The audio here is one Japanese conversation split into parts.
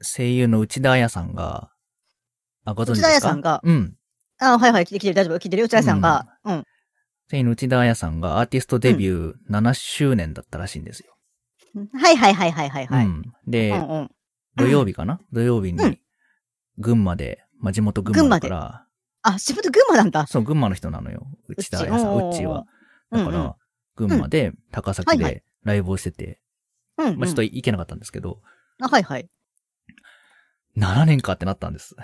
声優の内田彩さんが、あ、ご存知ですか内田彩さんがうん。あ、はいはい、聞いてる、大丈夫、聞いてるよ、内田さんが。うん。声優の内田彩さんがアーティストデビュー7周年だったらしいんですよ。はいはいはいはいはいはい。ううんん。で、うん。土曜日かな土曜日うにん、群馬で、まあ、地元群馬だから、あ、仕事群馬なんだ。そう、群馬の人なのよ。内田彩さん、ううちっちーは。うんうだかんうんうんら、群馬で、高崎はいはでライブをしてて、うんうん。まあ、ちょっと行けなかったんですけど、あ、はいはい。 7年かってなったんです。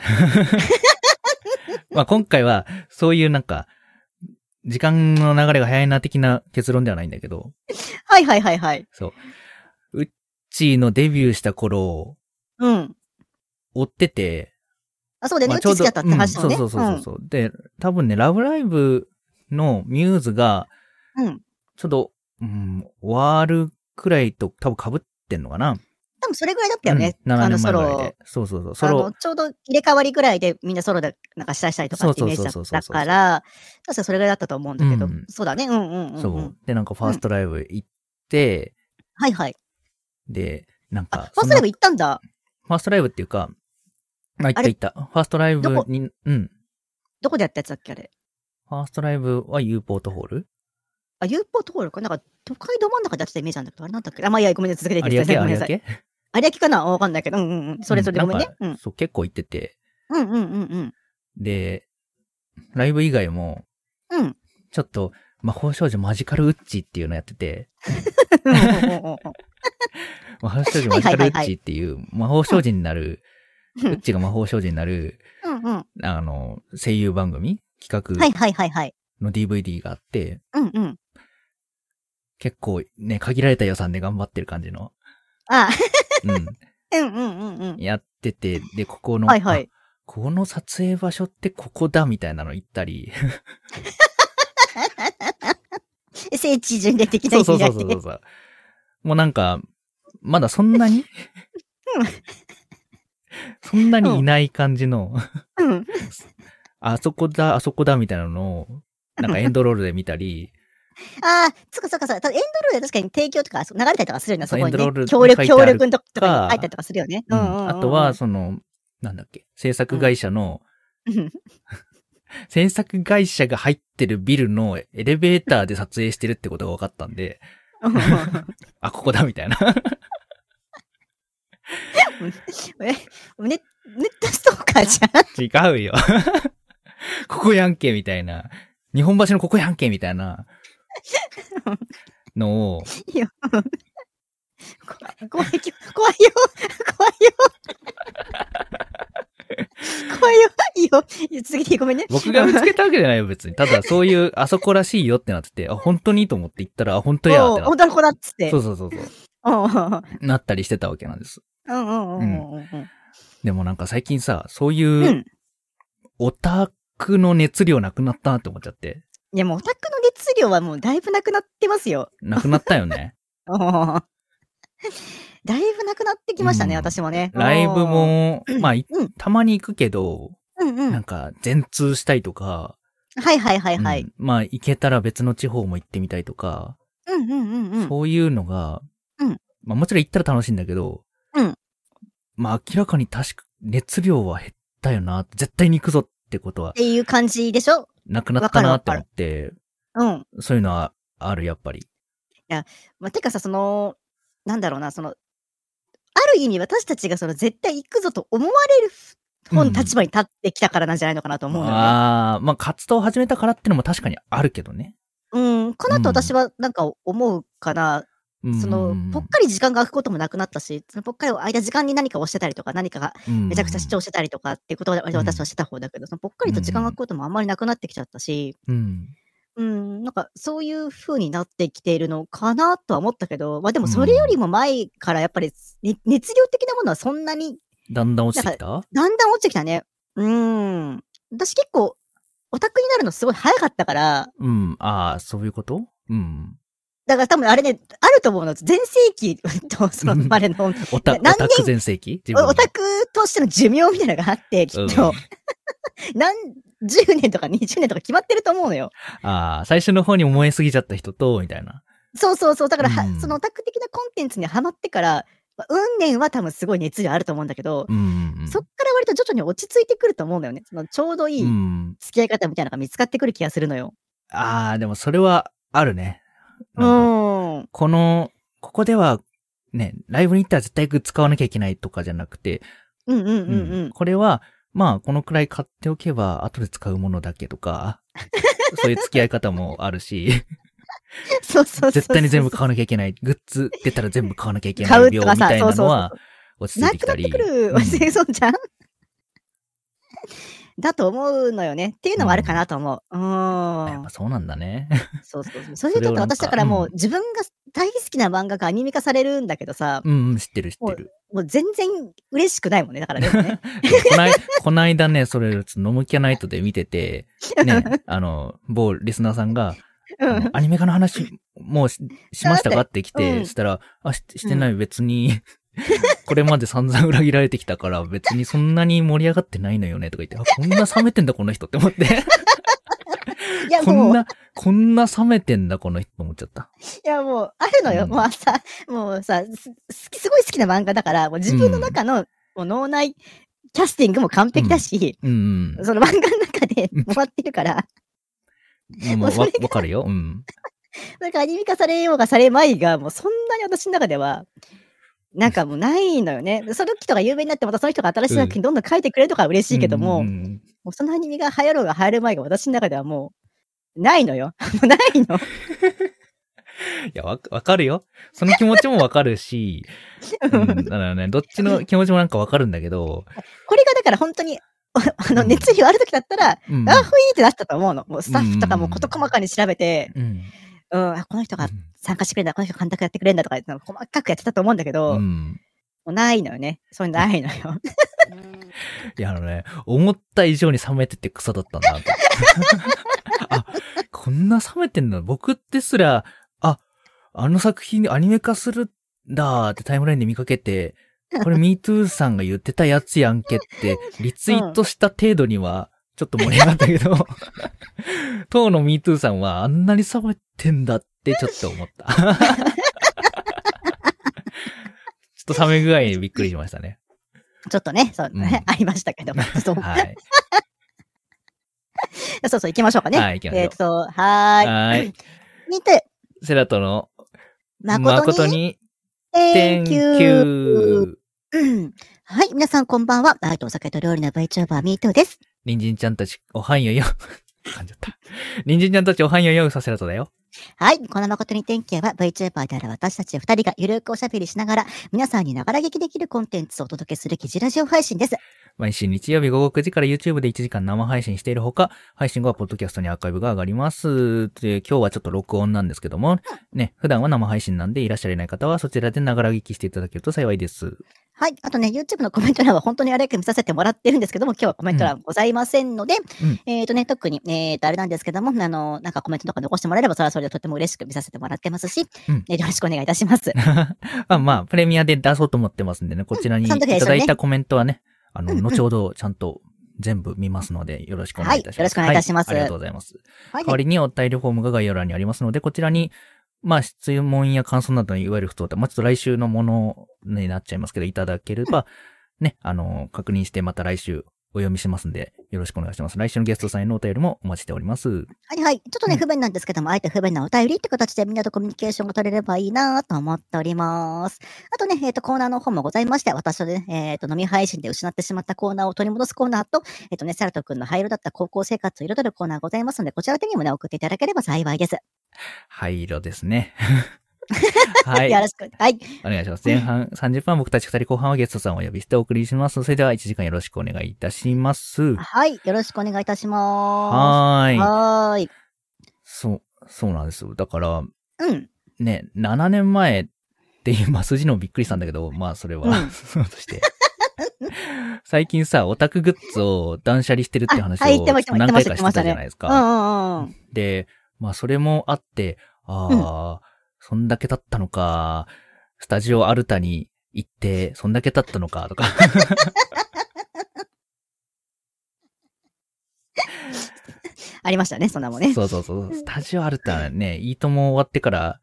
まあ今回は、そういうなんか、時間の流れが早いな的な結論ではないんだけど、はいはいはいはい。そう。うっちーのデビューした頃をうん。追ってて、あ、そうだよまね。あうち好きだったってうん話だそもんうね。そうそうそう。うで、多分ね、ラブライブのミューズが、うん。うん。ちょっと、うん、終わるくらいと多分被ってんのかな。多分それぐらいだったよね。うん、7あの年前ソぐらいロで。。そうそうそう。ソあロの、ちょうど入れ替わりぐらいでみんなソロでなんかしたしたりとかってイメージだそうそっうそうたそうそうから、確かそれぐらいだったと思うんだけどうん、そうだね。うんうんうんうそんう。。で、なんかファーストライブ行って、はいはい。で、なんあ、か、ファーストライブ行ったんだ。ファーストライブっていうか、まあ、行ったあれ行った。ファーストライブどこに、うん。どこでやったやつだっけあれ。ファーストライブは U ポートホールあ、u ポートホールかなんか、都会ど真ん中でやってたイメージなんだけど、あれなんだっけあ、まあいいや、ごめんなさい。続け有てください。明ごあめんれなさだい。け有明かなわかんないけど、うんうんうん。それそれでごめんね。うなんんか。そう、結構行ってて。うんうんうんで、ライブ以外も、うん。うん。ちょっと、魔法少女マジカルウッチっていうのやってて、魔法少女マジカルウッチっていう、魔法少女になる、うウんッチが魔法少女になる、うんうん。あの、声優番組企はい画はいはいはい。の DVD があって、うんうん。結構ね、限られた予算で頑張ってる感じの、あ、ううんうんうんうんん、。やってて、で、ここの、はいはい。この撮影場所ってここだみたいなの行ったり。聖地巡礼的なそ意うそう 味そだうそっうて。そう。もうなんか、まだそんなにそんなにいない感じの、うん。あそこだ、あそこだみたいなのを、なんかエンドロールで見たり、ああ、そっかそっかそっか。ただエンドロールで確かに提供とかそう流れたりとかするよね、そそうこに、エンドロールね。に協力、書いてあ協る力のとことかかに入ったりとかするよね。ううんんうんうんうん。あとは、その、なんだっけ、制作会社の、うん、 制作会社が入ってるビルのエレベーターで撮影してるってことが分かったんで、うんうんあ、ここだみたいな。え、ネネットストーカーじゃん。違うよ。 ここやんけ、みたいな。日本橋のここやんけ、みたい な。のを、いいよ。怖い、怖いよ、怖いよ、怖いよ。怖いよ、いいよ。いや続けてごめんね。僕が見つけたわけじゃないよ、別に。ただ、そういう、あそこらしいよってなってて、あ、本当にと思って行ったら、あ、本当や、ってなっ本当の子だっつって。て。そうそうそうそうんうんう。なったりしてたわけなんです。うんうんうんうんうんでもなんか最近さ、そうういん。うう、ん。オタクの熱量なくなったなって思っちゃって。いやもうオタクの熱量はもうだいぶなくなってますよ。なくなったよ ね。うんだいぶなくなってきましたね、うん私もね。ライブも、まあ、いうんたまに行くけど、うん。うんうなんん。か、全通したいとか、はいはいはいはい。うんまあ、行けたら別の地方も行ってみたいとか、うんうんうんうん。そういうのが、うんまあ、もちろん行ったら楽しいんだけど、うんまあ、明らかに確か、熱量は減ったよな、絶対に行くぞってことはっ、ていう感じでしょなくなったなわってかる思わって、うん。そういうのはある、やっぱり。まあ、てかさ、その、なんだろうな、その、ある意味私たちがその絶対行くぞと思われる方の立場に立ってきたからなんじゃないのかなと思うのよね。ああ、まあ、活動を始めたからってのも確かにあるけどね。うん、この後私はなんか思うかな、その、ぽっかり時間が空くこともなくなったし、そのぽっかり空いた時間に何かをしてたりとか、何かがりめめちゃくちゃ主張してたりとかっていうことはん私はしてた方だけど、そのぽっかりと時間が空くこともあんまりなくなってきちゃったし、うん。うん、なんかそういう風になってきているのかなとは思ったけど、まあでもそれよりも前からやっぱりね熱量的なものはそんなにだんだん落ちてきただんだん落ちてきたね。うーん。私結構、オタクになるのすごい早かったから、うん。ああ、そういうことうん。だから多分あれね、あると思うの。全盛期 と、そのまでの、オオタいやオタク全盛期自分のオタクとしての寿命みたいなのがあって、きっと、 何、10年とか20年とか決まってると思うのよ。ああ、最初の方に思いすぎちゃった人と、みたいな。そうそうそう。だからは、うんそのオタク的なコンテンツにはまってから、まあ運念は多分すごい熱量あると思うんだけど、うんうん。そっから割と徐々に落ち着いてくると思うんだよね。そのちょうどいいうん。付き合い方みたいなのが見つかってくる気がするのよ。ああ、でもそれはあるね。うなんかん。この、ここでは、ね、ライブに行ったら絶対グッズ買わなきゃいけないとかじゃなくて、うんうんうんううんん。これは、まあ、このくらい買っておけば、後で使うものだけと か、そういう付き合い方もあるし、そうそうそうそう。絶対に全部買わなきゃいけない。グッズ出たら全部買わなきゃいけな買ういと病かみさたいなのはそ、落ち着いなてきくなたっり。てくる、うん忘れそうじゃん だと思うのよね。っていうのもあるかなと思う。うやんっぱ。そうなんだね。そうそうそう。それでちょっと私だからもう自分が大好きな漫画がアニメ化されるんだけどさ、うんうん、知ってる知ってる。もう全然嬉しくないもんね。だからで もね。こない、こないだね、それ、ノムキャナイトで見てて、 ね、あの、某リスナーさんが、うあのん。アニメ化の話、もう ししましたかってきうんて、したら、あ、ししてない、別に、 これまで散々裏切られてきたから、別にそんなに盛り上がってないのよね、とか言って、あ、こんな冷めてんだ、この人って思って。いやこ もんう、いな、こんな冷めてんだ、この人って思っちゃった。やもう、あるのよ。うんもうさ、もうさ、すすすごい好きな漫画だから、もう自分の中の、もう脳内キャスティングも完璧だし、うんその漫画の中でうん終わってるから、うん。まあもうわ それがわかるよ。うん。なんかアニメ化されようがされまいが、もうそんなに私の中では、なんかもうないのよね。その人が有名になって、またその人が新しい作品どんどん書いてくれるとかは嬉しいけども、うんうんもうそのアニメが流行ろうが流行る前が私の中ではもう、ないのよ。 もうないの。いや、わかわかるよ。その気持ちもわかるし、うん、だからね、どっちの気持ちもなんかわかるんだけど、これがだから本当に、 おあの、うん熱量ある時だったら、うん。あ、ふいーってなってたと思うの。もうスタッフとかもうん事細かに調べて、うん。うん、あこの人が参加してくれんだ、この人が監督やってくれんだとか、細かくやってたと思うんだけど、うもん。うないのよね。そういうのないのよ。いや、あのね、思った以上に冷めててクソだったんだなと。あ、こんな冷めてんだ。僕ってすら、あ、あの作品にアニメ化するんだーってタイムラインで見かけて、これ MeToo さんが言ってたやつやんけって、リツイートした程度には、ちょっと盛り上がったけど、当の MeToo さんはあんなに冷めてんだってちょっと思った。ちょっと冷め具合にびっくりしましたね。 ちょっとね、そう、うん ありましたけど。そうはい。 そうそう、行きましょうかね。はい行きましょうえーっと、はーい。はい。見て、セラトの誠誠に、に、 Thank Thank you! you! うんはい、皆さんこんばんは。愛とお酒と料理の VTuber、ミートゥーです。隣人ちゃんたち、おはんよ よ。噛んじゃった。隣人ちゃんたち、おはんよよ、さセラトだよ。はい。この誠に天気は VTuber である私たち二人がゆるくおしゃべりしながら、皆さんにながら劇できるコンテンツをお届けする記事ラジオ配信です。毎週日曜日午後9時から YouTube で1時間生配信しているほか、配信後はポッドキャストにアーカイブが上がります。で、今日はちょっと録音なんですけども、ね、普段は生配信なんでいらっしゃれない方はそちらでながら聞きしていただけると幸いです。はい。あとね、YouTube のコメント欄は本当にあれく見させてもらってるんですけども、今日はコメント欄ございませんので、うんえっ、とね、特に、えっ、と、あれなんですけども、あの、なんかコメントとか残してもらえれば、それはそれでとても嬉しく見させてもらってますし、うんえーよろしくお願いいた します。あまあ、プレミアで出そうと思ってますんでね、こちらにいそたの時は一緒にねだいたコメントはね、あうの、んうん後ほどちゃんと全部見ますので、よろしくお願いいたします。はいよろしくお願いいたしますはありがとうございます。はい。代わりにお便りフォームが概要欄にありますので、こちらに、まあ、質問や感想などに、いわゆる不当まあ、ちょっと来週のものになっちゃいますけど、いただければ、ね、あの、確認してまた来週お読みしますんで、よろしくお願いします。来週のゲストさんへのお便りもお待ちしております。はいはい。ちょっとね、うん不便なんですけども、あえて不便なお便りって形でみんなとコミュニケーションが取れればいいなと思っております。あとね、えっ、と、コーナーの方もございまして、私のね、えっ、と、飲み配信で失ってしまったコーナーを取り戻すコーナーと、えっ、とね、セラト君の灰色だった高校生活を彩るコーナーございますので、こちら的にもね、送っていただければ幸いです。灰色です ね。はいよ。ろしく。はい。お願いします。前半30分は僕たち2人、後半はゲストさんをお呼びしてお送りします。それでは1時間よろしくお願いいたします。はい。よろしくお願いいたしまはす。ーい。はーい。そう、そうなんですよ。だから、うん。ね、7年前っていう、まあ、数字のもびっくりしたんだけど、まあ、それは、うんそうとして。 最近さ、オタクグッズを断捨離してるって話あはい言をってました何回かしてたじゃないですうか。んうんうん。で、まあ、それもあって、ああ、そんだけ経ったのか、スタジオアルタに行って、そんだけ経ったのか、とか。ありましたね、そんなもんね。そうそうそう。スタジオアルタね、いいとも終わってから、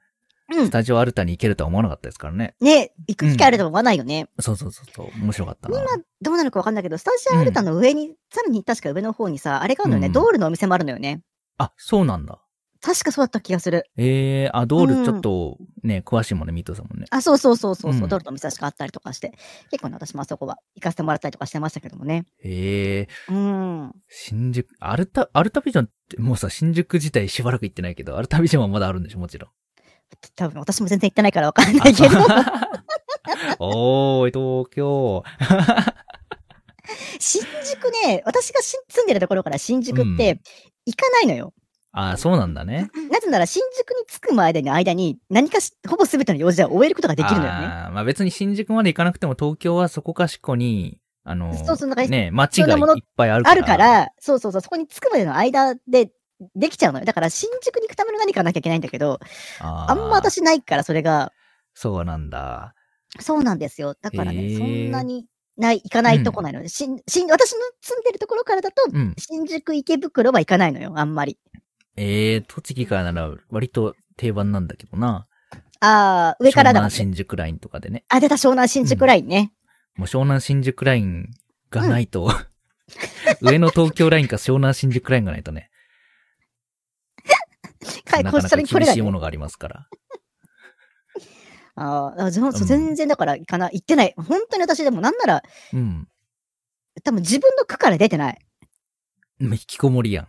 ううんスタジオアルタに行けるとは思わなかったですからね。ね、行く機会あるとも思わないよね。そうそうそうそう。面白かったな。どうなるかわかんないけど、スタジオアルタの上に、さらに確か上の方にさ、あれがあるのよね、うんドールのお店もあるのよね。あ、そうなんだ。確かそうだった気がする。ええあ、ドーうんルちょっとね、詳しいもんね、ミートさんもね。あ、そうそうそうそうそう、うんドールのお店確かあったりとかして、結構ね、私もあそこは行かせてもらったりとかしてましたけどもね。ええうん。新宿、アルタ、アルタビジョンってもうさ、新宿自体しばらく行ってないけど、アルタビジョンはまだあるんでしょ、もちろん。多分私も全然行ってないからわかんないけど。 おーい、東京。新宿ね、私がし住んでるところから新宿って行かないのよ。あ、そうなんだね。なぜなら新宿に着くまでの間に何かし、ほぼ全ての用事は終えることができるのよね。あーまあ別に新宿まで行かなくても東京はそこかしこに、あの、そうそうなんかね、街がいろんなものいっぱいあるから。あるから、そうそうそう、そこに着くまでの間でできちゃうのよ。だから新宿に行くための何かなきゃいけないんだけど、あーあんま。私ないから、それが、そうなんだ。そうなんですよ。だからへね、ーそんなにない、行かないとこないのよ。新新私の住んでるところからだと、うん。新宿池袋は行かないのよ、あんまり。ええ栃木からなら割と定番なんだけどな。ああ、上からだ湘もん南ね新宿ラインとかでね。あ、出た湘南新宿ラインね。もう湘南新宿ラインがない と、上の東京ラインか湘南新宿ラインがないとね、はい、なこかっなちかに来れ厳ないしい。ものがありますから。ああ、そうそううん全然だから行かない、行ってない。本当に私でもなんなら、うん。多分自分の区から出てない。引きこもりやん。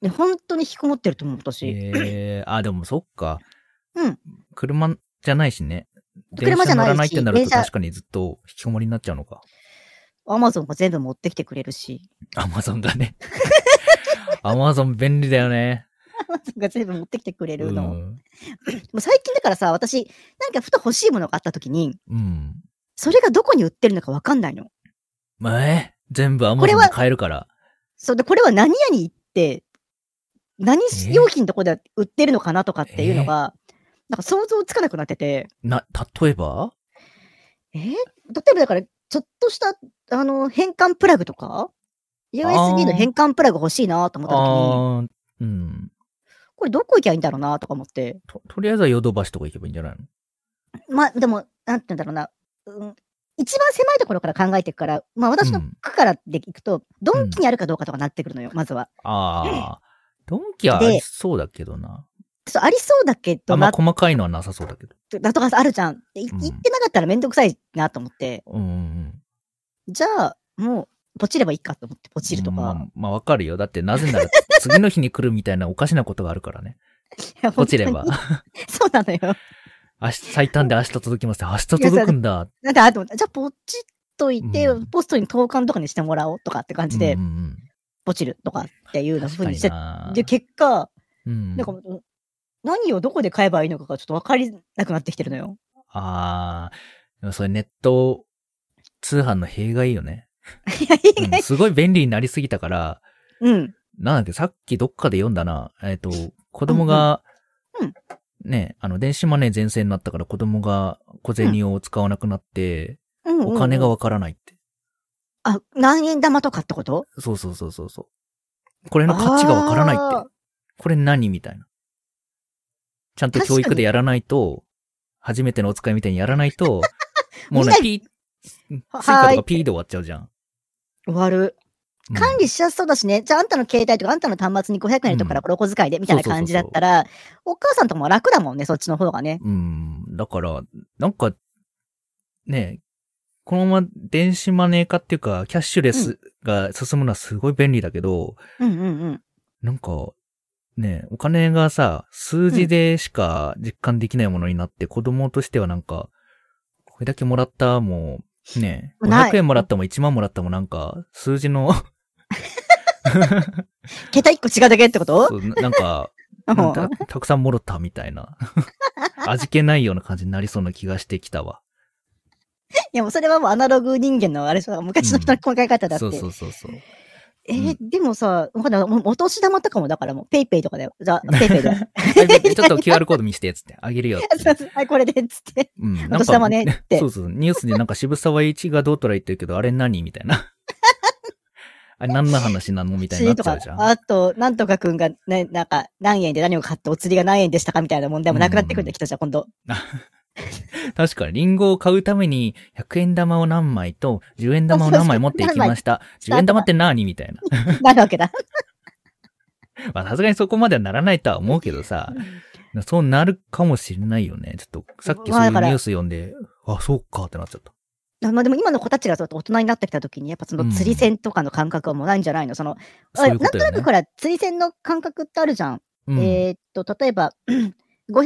ね本当に引きこもってると思う、私。ええあ、でもそっか。うん。車じゃないしね。電車じ車ゃない乗しらないってなる電と車確かにずっと引きこもりになっちゃうのか。アマゾンが全部持ってきてくれるし。アマゾンがね。アマゾン便利だよね。アマゾンが全部持ってきてくれうるの。もん。う最近だからさ、私、なんかふと欲しいものがあった時に、うん。それがどこに売ってるのかわかんないの。まあ、え全部アマこれゾンはで買えるから。そうで、これは何屋に行って、何用品のとこで売ってるのかなとかっていうのが、なんか想像つかなくなってて。な、例えばえー、例えばだから、ちょっとした、あの、変換プラグとか ?USB の変換プラグ欲しいなと思った時に、ああー、うん。これどこ行きゃいいんだろうなとか思って。と、とりあえずはヨドバシとか行けばいいんじゃないのまあ、でも、なんて言うんだろうな。うん、一番狭いところから考えていくから、まあ私のうん区からで行くと、ドンキにあるかどうかとかなってくるのよ、まずは。ああ、ドンキはありそうだけどな。そう、ありそうだけあどんまな、細かいのはなさそうだけど。だとかあるじゃん。でいうん行ってなかったらめんどくさいなと思って、うんうんうん。じゃあ、もう、ポチればいいかと思って、ポチるとまあか。、まあわかるよ。だってなぜなら 次の日に来るみたいなおかしなことがあるからね。落ちればいや。 本当に そうなのよ。明日、最短で明日届きますって、明日届くんだ。なんかあと思った、じゃあ、ポチっといて、うんポストに投函とかにしてもらおうとかって感じで、うんうんポチるとかっていううん、のふ確うかににして、な。で、結果、うんなんか、何をどこで買えばいいのかがちょっと分かりなくなってきてるのよ。ああ、でもそれネット通販の弊害よね。いや、意うん外、すごい便利になりすぎたから、うん。なんだっけ、さっきどっかで読んだな。えっ、と、子供が、うんうんね、あの、電子マネー全盛になったから子供が小銭を使わなくなって、うんうんお金がわからないって。あ、何円玉とかってことそうそうそうそうそう。これの価値がわからないあっーて。これ何みたいな。ちゃんと教育でやらないと、初めてのお使いみたいにやらない と、もうね、ピー、スイカとかピーで終わっちゃうじゃん。終わる。うん管理しやすそうだしね、じゃああんたの携帯とかあんたの端末に500円とかからこれお小遣いでみたいな感じだったら、お母さんとかも楽だもんね、そっちの方がね。うん。だから、なんか、ねえ、このまま電子マネー化っていうか、キャッシュレスが進むのはすごい便利だけど、うんうんうん。なんか、ねえ、お金がさ、数字でしか実感できないものになって、子供としてはなんか、これだけもらったも、ねえ、ない500円もらったも1万もらったもなんか、数字の、桁1個違うだけってことそうななん か、なんかたたくさんもろたみたいな、味気ないような感じになりそうな気がしてきたわ。いやもうそれはもうアナログ人間のあれでしょ昔の人の考え方だって。そうそうそうそう。えーでもさ、わかんないもうお年玉とかもだからもうペイペイとかだよ。じゃあ、ペイペイ で。はいちょっと QR コード見して、つって。あげるよ。 つってはい、これで、つって。うん。なんおか年玉ね、って そ。うそう。ニュースでなんか渋沢栄一がどうとら言ってるけど、あれ何みたいな。あれ何の話なのみたいになっちゃうじゃん。あと、なんとかくんが、ね、なんか、何円で何を買ってお釣りが何円でしたかみたいな問題もなくなってくるんで、きっとじゃあ今度。確かに、リンゴを買うために、100円玉を何枚と、10円玉を何枚持っていきました。そうそう10円玉って何みたいな。なるわけだ。まあ、さすがにそこまではならないとは思うけどさ、そうなるかもしれないよね。ちょっと、さっきそういうニュース読んで、あ、そうかってなっちゃった。まあでも今の子たちがそうやって大人になってきた時に、やっぱその釣り線とかの感覚はもうないんじゃないのその、そういうこなんととよなねく。ほら、釣り線の感覚ってあるじゃん。うんえーっと、例えば、590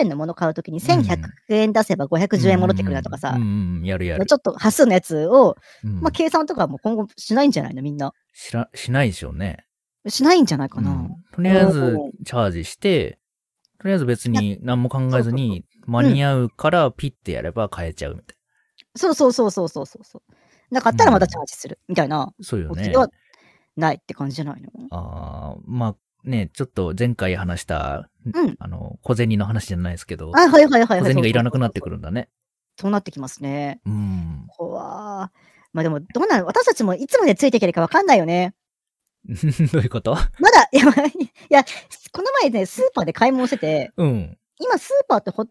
円のもの買うときに1100円出せば510円戻ってくるなとかうさん、うんうん、やるやる。ちょっと端数のやつを、うんまあ計算とかはもう今後しないんじゃないのみんな。しら、しないでしょうね。しないんじゃないかな。うんとりあえず、チャージして、とりあえず別に何も考えずに、間に合うからピッてやれば変えちゃうみたいそうそうそうそうそうそうそう。なんかあったらまたチャージする、みたいな、な。そうよおね釣り。はないって感じじゃないのああ、まあね、ちょっと前回話した、うんあの、小銭の話じゃないですけど、あ、はいはいはいはい。小銭がいらなくなってくる。るんだね。そうなってきますね。うん。 こわーまあでも、どうなの私たちもいつまでついていけるかわかんないよね。どういうことまだ、 いや、まあいや、この前ね、スーパーで買い物してて、うん。今スーパーってほ、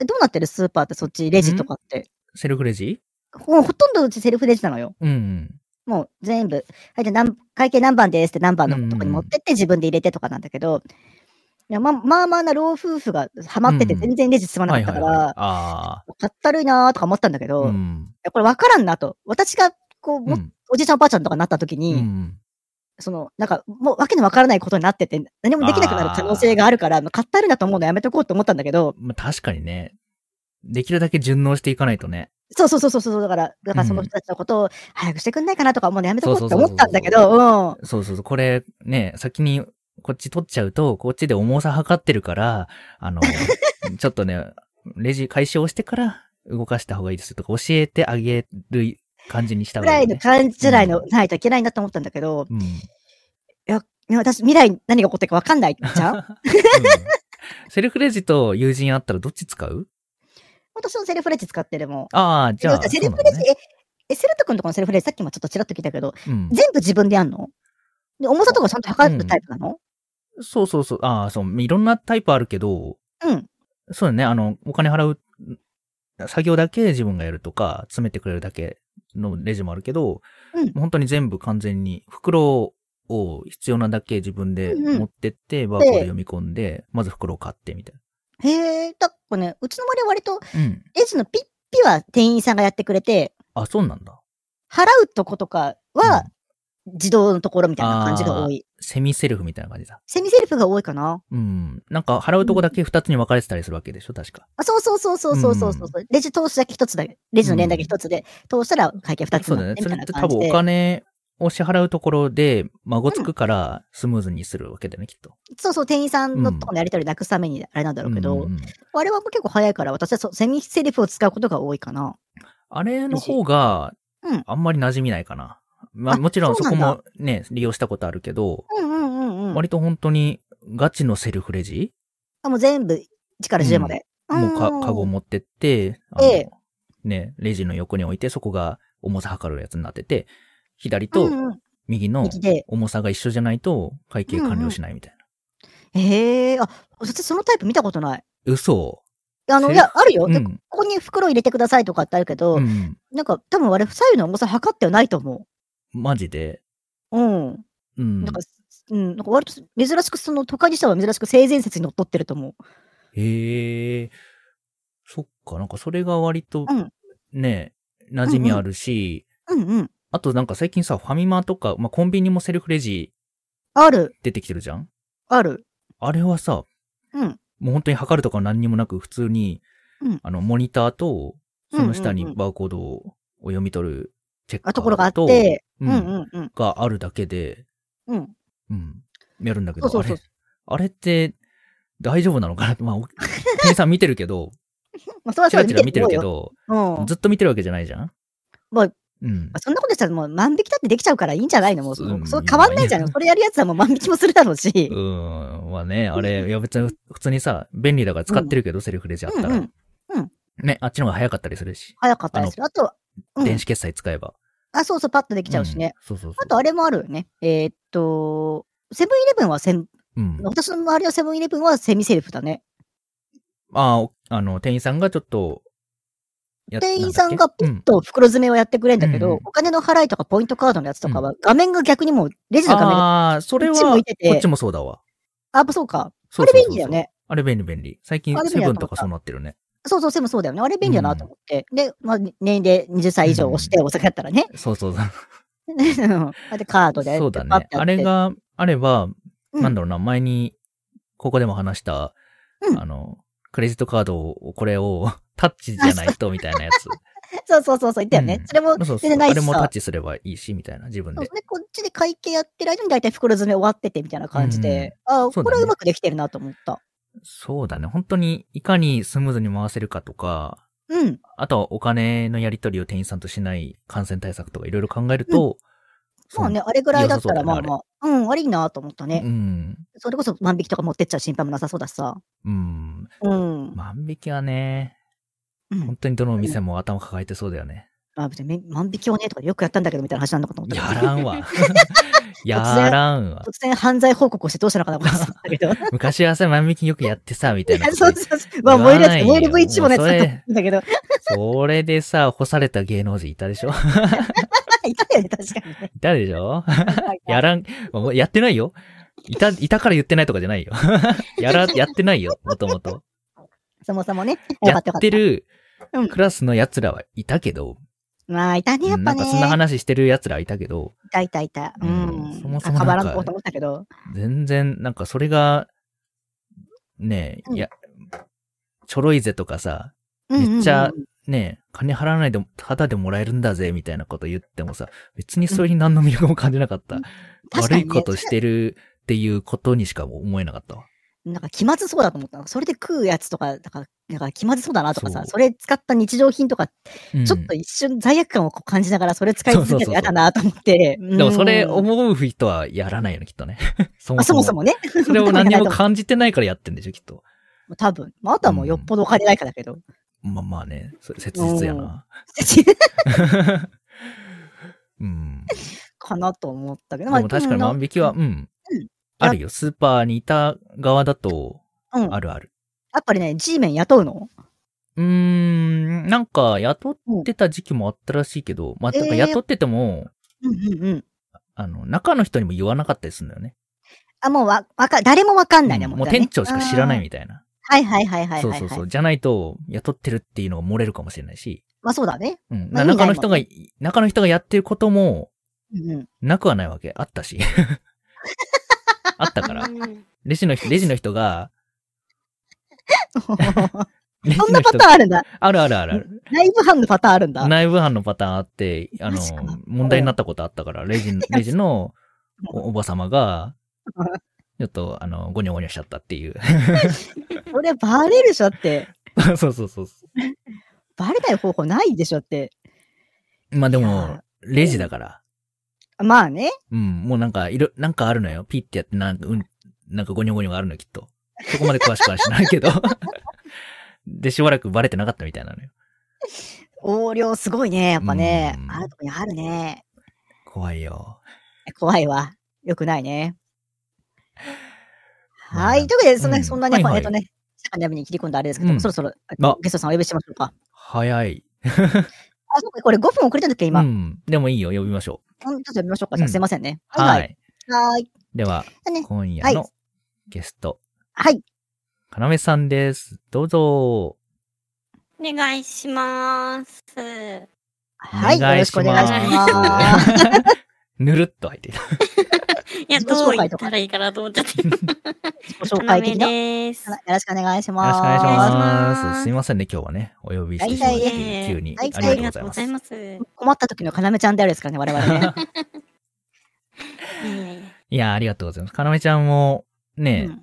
えどうなってるスーパーってそっちレジとかって。セルフレジもうほとんどうちセルフレジなのよ。うん。もう全部、はい、じゃあ何会計何番ですって何番のとこに持ってって自分で入れてとかなんだけど、いやままあまあな老夫婦がハマっててうん全然レジ進まなはかいっはいたかはい。ら、あかったるいなーとか思ったんだけあ。ど、ういん。やこれわからんなと。私がこう、もうんおじいちゃんおばあちゃんとかになった時うに、ん。その、なんか、もうわけのわからないことになってて、何もできなくなる可能性があるから、もうかったるいなと思うのやめとこうと思ったんだけど、まあ確かにね、できるだけ順応していかないとね。そうそうそうそうそう、だから、だからそのうん人たちのことを早くしてくんないかなとか、もうやめとこそううってそうそう思そうったんだけど、うん。そうそうそう、これね、先にこっち取っちゃうと、こっちで重さ測ってるから、あ の、ちょっとね、レジ解消してから動かした方がいいですよとか教えてあげる感じにしたぐ方がらいいい、のね。感じじゃないの、うないといけないなと思ったんだけど、 うん。うんいや私、未来何が起こってるか分かんないじ ゃんセルフレジと友人あったらどっち使う私のセルフレジ使ってるもん。ああ、じゃあ。セルフレジ、え、え、セルト君とこのセルフレジ、さっきもちょっとちらっと聞いたけど、そうなんだね全部自分でやんので重さとかちゃんと測るタイプなのうん。そうそうそう。ああ、そう。いろんなタイプあるけど、うん。そうだね。あの、お金払う、作業だけ自分がやるとか、詰めてくれるだけのレジもあるけど、うんもう本当に全部完全に、袋を必要なだけ自分でうんうん持ってって、バーコード読み込んで、まず袋を買ってみたいへえ、だからね、うちの周りは割と、な。うん。レジのピッピは店員さんがやってくれて、あ、そうなんだ。払うとことかはうん、自動のところみたいな感じが多い。セミセルフみたいな感じだ。セミセルフが多いかなうん。なんか、払うとこだけ二つに分かれてたりするわけでしょ確か。あそうそうそうそうそうそうそう、レジ通すだけ一つだけ、レジの連だけ一つで、通したら会計二つそにうだなねっ。それっててみたいな感多じ分で。お金を支払うところで、孫つくからスムーズにするわけだよね、きっと。そうそう、店員さんのとこのやり取りなくすためにあれなんだろうけど、うんうんうんあれはもう結構早いから、私はそうセミセリフを使うことが多いかな。あれの方がうん、あんまり馴染みないかな。まああもちろんそそうなこんだもね、利用したことあるけど、うんうんうんうん。割と本当にガチのセルフレジあもう全部、1から10まで。もうか、んんんカゴ持ってって、あええの、ね、レジの横に置いて、そこが重さ測るやつになってて、左とうんうん右の右で。重さが一緒じゃないと会計完了しないみたいへえ、あ、私そのタイプ見たことない。な。嘘あの、セいリフや、あるよ、うでん。ここに袋入れてくださいとかってあるけど、うん。なんか多分あれ、左右の重さ測ってはないと思マジで。う。うん。うんなん。か、うん、なんか割と珍しく、その都会にしては珍しく性善説にのっとってると思う。へえ、そっか、なんかそれが割とうん、ね、馴染みあるし、うんうん。あとなんか最近さ、ファミマとか、まあ、コンビニもセルフレジある、出てきてるじゃんある。あれはさ、うん。もう本当に測るとか何にもなく普通に、うんあの、モニターと、その下にうんうんうんバーコードを読み取るチェッカあーところがあっと、て、ううんん、うんうん。があるだけで、うん。うん、やるんだけそど、うそあうそうれ、。あれって大丈夫なのかな まあ、お店員さん見てるけど、まあ、それはチそれラでチラ見てるけ思ど、うよ。うん。ずっと見てるわけじゃないじゃんまあ、うん。そんなことしたらもう万引きだってできちゃうからいいんじゃないのもうその、うんそう変わんないじゃん。それやるやつはもう万引きもするだろうし う。ん。まあね、あれ、いや別に普通にさ、便利だから使ってるけど、セルフレジあっうたんら。うん。ね、あっちの方が早かったりするし、早かったりする。あと、うん電子決済使えば。あ、そうそう、パッとできちゃうしね。ん。そうそうそう。あと、あれもあるよね。えーっと、セブンイレブンはセン、うん。私の周りのセブンイレブンはセミセルフだね。ああ、あの、店員さんがちょっと、や店員さんがピうッと袋詰めをやってくれんだけど、うんうんお金の払いとかポイントカードのやつとかは、画面が逆にもう、レジの画面が、ああー、それは、こっち向いててこっちもそうだわ。あ、そうか。そあうそうそうれそう便利だよ。ね。あれ便利便利。最近あれ便セ利だブと思ンとったかそうなってるね。そうそう、セムそうだよね。あれ便利だなと思って。で、まあ、年齢20歳以上押して、お酒だったらね。 そうそうそう。うんで、カードで。そうだパッね。てやってあれ。があれば、うんなんだろうな、前に、ここでも話した、うんあの、クレジットカードを、これを、 タッチじゃないと、みたいなや つ。そうそうそう、そう言ったよね。うんそれもそう全そう。然ないあしれさ。もタッチすればいいし、みたいな、自分そうで。でこっちで会計やってる間に大体袋詰め終わっててみたいな感じで、あそうだねこれはうまくできてるなと思った。そうだね。本当に、いかにスムーズに回せるかとか、うん。あとはお金のやり取りを店員さんとしない感染対策とかいろいろ考えると、まあね、あれぐらいだったら良さまそあうだねまあ、うん、悪いなと思っそたうね、うん。それこそ万引きとか持ってっちゃう心配もなさそうだしさ。うん。うん。万引きはね、うん本当にどのお店も頭抱えてそうだよね。あ別に万引きをねとかよくやったんだけどみたいな話なんだかと思ったやけど。らん わ。 やらんわ。突然犯罪報告をしてどうしたのかなと思ってたんだけど。昔はさ、万引きよくやってさ、みたいなこと。 そうそうそう。まあ、言わ燃えるないやよつ、燃える V1 ものやつだともうそれ思うん だけど。それでさ、干された芸能人いたでしょ いたよね、確かにね。いたでしょやららん、もうやってないよ。いた、いたから言ってないとかじゃないよ。 やら、やってないよ、もともと。そもそもね。よやかっよかて。るうんクラスの奴らはいたけど、まあ、いたね、やっなぱんね。かそんな話してる奴らはいたけど、いたいたいた。ううんそん。もそ関もなんかわらんこと思ったけど。全然、なんかそれが、ねうんえ、いや、ちょろいぜとかさ、うんうんうんめっちゃねえ、金払わないで、ただでもらえるんだぜ、みたいなこと言ってもさ、別にそれに何の魅力も感じなかった。確悪かにいねことしてるっていうことにしか思えなかったわ。なんか気まずそうだと思ったの。それで食うやつとか、なんかなんか気まずそうだなとかさ、そうそれ使った日常品とか、うんちょっと一瞬罪悪感をこう感じながら、それ使い続けるそうそうそうそうの嫌だなと思って。ででもそれ思う人はやらないよね、きっと ね。そあそもそもね。それを何もも感じてないからやってんでしょ、きっと。多分。 まあ、あとはもうよっぽどお金ないかだけど。まあまあね、それ切実やな。 うん。かなと思ったけでど。まあも確かに万引きは、。うんうん。あるよ。スーパーにいた側だと、うん。うんあるある。やっぱりね、G メン雇うのうーん、なんか雇ってた時期もあったらしいけど、まあ、えーだから雇ってても、うんうんうん。あの、中の人にも言わなかったりするんだよね。あ、もうわ、わか、誰もわかんないね、うんもうもうね店長しか知らないあーみたいな。はいはいはいはいはいそうはい。そうそう。じゃないと、雇ってるっていうのが漏れるかもしれないし、まあそうだね。うん。まあ中の人が、中の人がやってることも、うんうん。なくはないわけ。あ ったし。あったから。レジの人、レジの人が、そんレジの人なパターンあるんだ。あるあるあるある。ライブ班のパターンあるんだ。内部犯のパターンあって、あのマジか、問題になったことあったから、レ ジ、レジのおおば様が、ちょっと、あの、ゴニョゴニョしちゃったっていう。 それバレるでしょって。そうそうそうそバレない方法ないでしょって。う。まあでいやもー、レジだから。まあね。うん、もうなんか、いろ、なんかあるのよ。ピッてやって、なんか、うん、なんかゴニョゴニョがあるのよきっと。そこまで詳しくはしないけど。 で、しばらくバレてなかったみたいなのよ。横領すごいね、やっぱねう。んあるとこにあるね。怖いよ。怖いわ。よくないね。まあはい。ということで、そんうなんそんなね、はいはいえっとね、社会の闇に切り込んだあれですけどうも、んそろそろあゲストさんお呼びしましょうか。早い。あ、そうか、これ5分遅れたんだっけ、今。ううんん。でもいいよ、呼びましょう。ちょっと呼びましょうか。じゃあうんすいませんね。はい。い。はい。では、だね今夜はいのゲスト、はい。かなめさんです。どうぞ。お願いします。はい。よろしくお願いします。ぬるっと入ってきた。いや、自己どう紹言介っとかたらいいかなと思っちゃって。ごか紹な介め的な。よです。ろしくお願いしよろましす。くお願いしお願いしま。ますすすいませんね、今日はね、お呼びしてしまっ大体て、ね急に。あ大り体がとうございます。ありがとう困った時の要ちゃんであるですからね、我々ね。ございます。いやいやいやいや、ありがとうございます。かなめちゃんも、ね、うん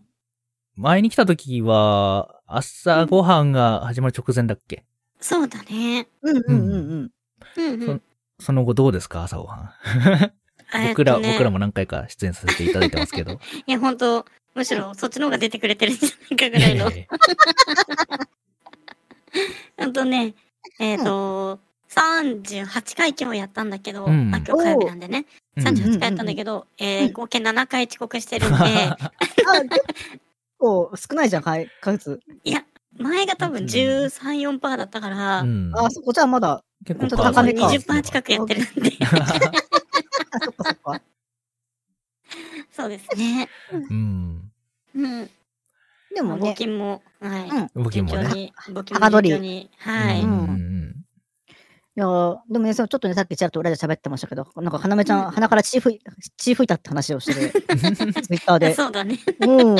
前に来た時は、朝ごはんが始まる直前だっけ、そうだね。うんうんうんうん。うんうん。その後どうですか朝ごはん。えっ僕ら、とね僕ら。も何回か出演させていただいてますけど。いや、本当むしろそっちの方が出てくれてるんじゃないかぐいら やいいやの。いやほんとね、えっと、 38回今日やったんだけど、うんあ今日火曜日なんでね、うん38回やったんだけど、えー、合計7回遅刻してるんで、あ、結構少ないじゃん、かい数。 前が多分13、4%パーだったから、うんあ、そこじゃあまだ。結ほんと多高め分か20%近くやってるんで、あ、そっかそっか。そうですね。うん。うん。でも募ね、金も、はうんい。動きも勉強ね。に、募金はかどもり勉強に、はい。うんううんいやーでもね、そのちょっとね、さっきちらっと裏で喋ってましたけど、なんか、花めちゃん、うん鼻から血ふい、血吹いたって話をしてる、うんツイッターで。そう だね。うん。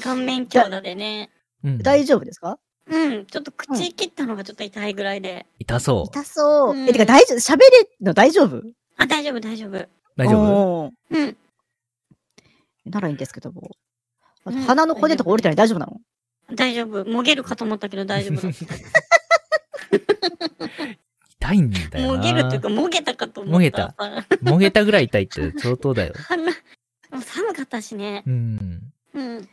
顔面強打でね。うん。大丈夫ですかうん。ちょっと口切ったのがちょっと痛いぐらいで。痛そう。痛そうう。んえ、てか、大丈夫、喋れるの大丈夫あ、大丈夫、大丈夫。大丈夫夫うん。ならいいんですけども。あとうん鼻の骨とか折れてない大丈夫なの大丈夫。もげるかと思ったけど大丈夫だっ 痛いんだた。よもな。げるっていうか、もげたかと思った。もげた。もげたぐらい痛いって相当だよ。鼻、もう 寒かったしね。うん。うん。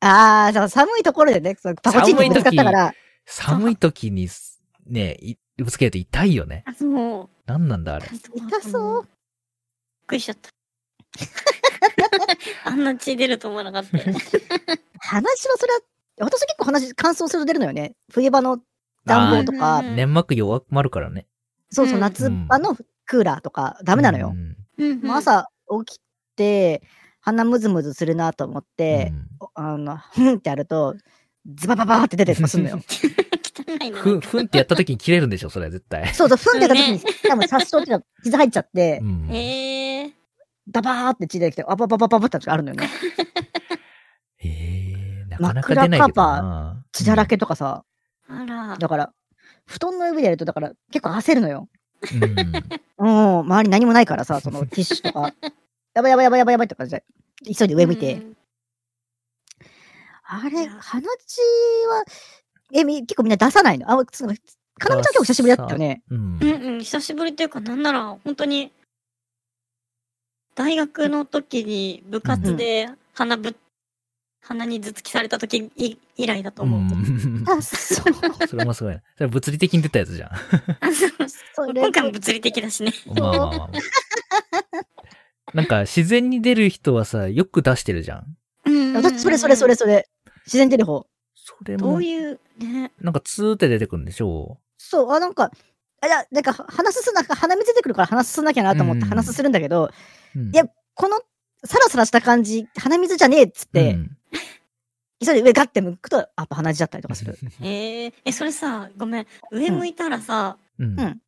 あー、そう寒いところでね、そうパコチンってぶつかったから、寒い時にす、ね、いぶつけると痛いよね。あ、そう。なんなんだ、あれ。痛そうびっくりしち ゃった。あんな血出ると思わなかったよ。話はそれは、私結構話、乾燥すると出るのよね。冬場の暖房とかあー、粘膜弱まるからね。そうそうう、ん夏場のクーラーとか、ダメなのよう。ん。うんもう朝起きて、鼻ムズムズするなと思ってう、んおあの、ふんってやると、ズバババーって出てきますんのよ。汚いの。ふ、ふんってやった時に切れるんでしょ、それは絶対。そうそう、ふんってやった時に、多分差し取ってた傷入っちゃってう、ん。ええダバーって血出てきて、あばばばばばってあるのよね。ええなかなか出ないけどな。血だらけとかさ、あら。だから、布団の上でやると、だから結構焦るのよ。うん。うん。うん、周り何もないからさ、そのティッシュとか、やばいやばいやばいやばいやばいって感じで、急いで上見て、うん。あれ、鼻血は、え、み結構みんな出さないのあ、その、かなめちゃん結構久しぶりだったよね。うんうんうん、久しぶりというか、なんなら、本当に、大学の時に部活で鼻ぶ、鼻に頭突きされた時以以来だとう思う。ん。あ、そう。それもすごいな。それ物理的に出たやつじゃん。あそうそれ 今回も物理的だしね。まあまあまあまあ。なんか、自然に出る人はさ、よく出してるじゃん。私、それそれそれ。それ。自然テレホ。それどもう、いう、ね。なんか、ツーって出てくるんでしょそう、あ、なんか、あいや、なんか、鼻すすな、鼻水出てくるから鼻すすなきゃなと思ってうん鼻すするんだけど、う。うんいやこの、サラサラした感じ、鼻水じゃねえっつって、うん急いで上ガッて向くと、やっぱ鼻血だったりとかする。えー、え、それさ、ごめん。上向いたらさ、うん。うん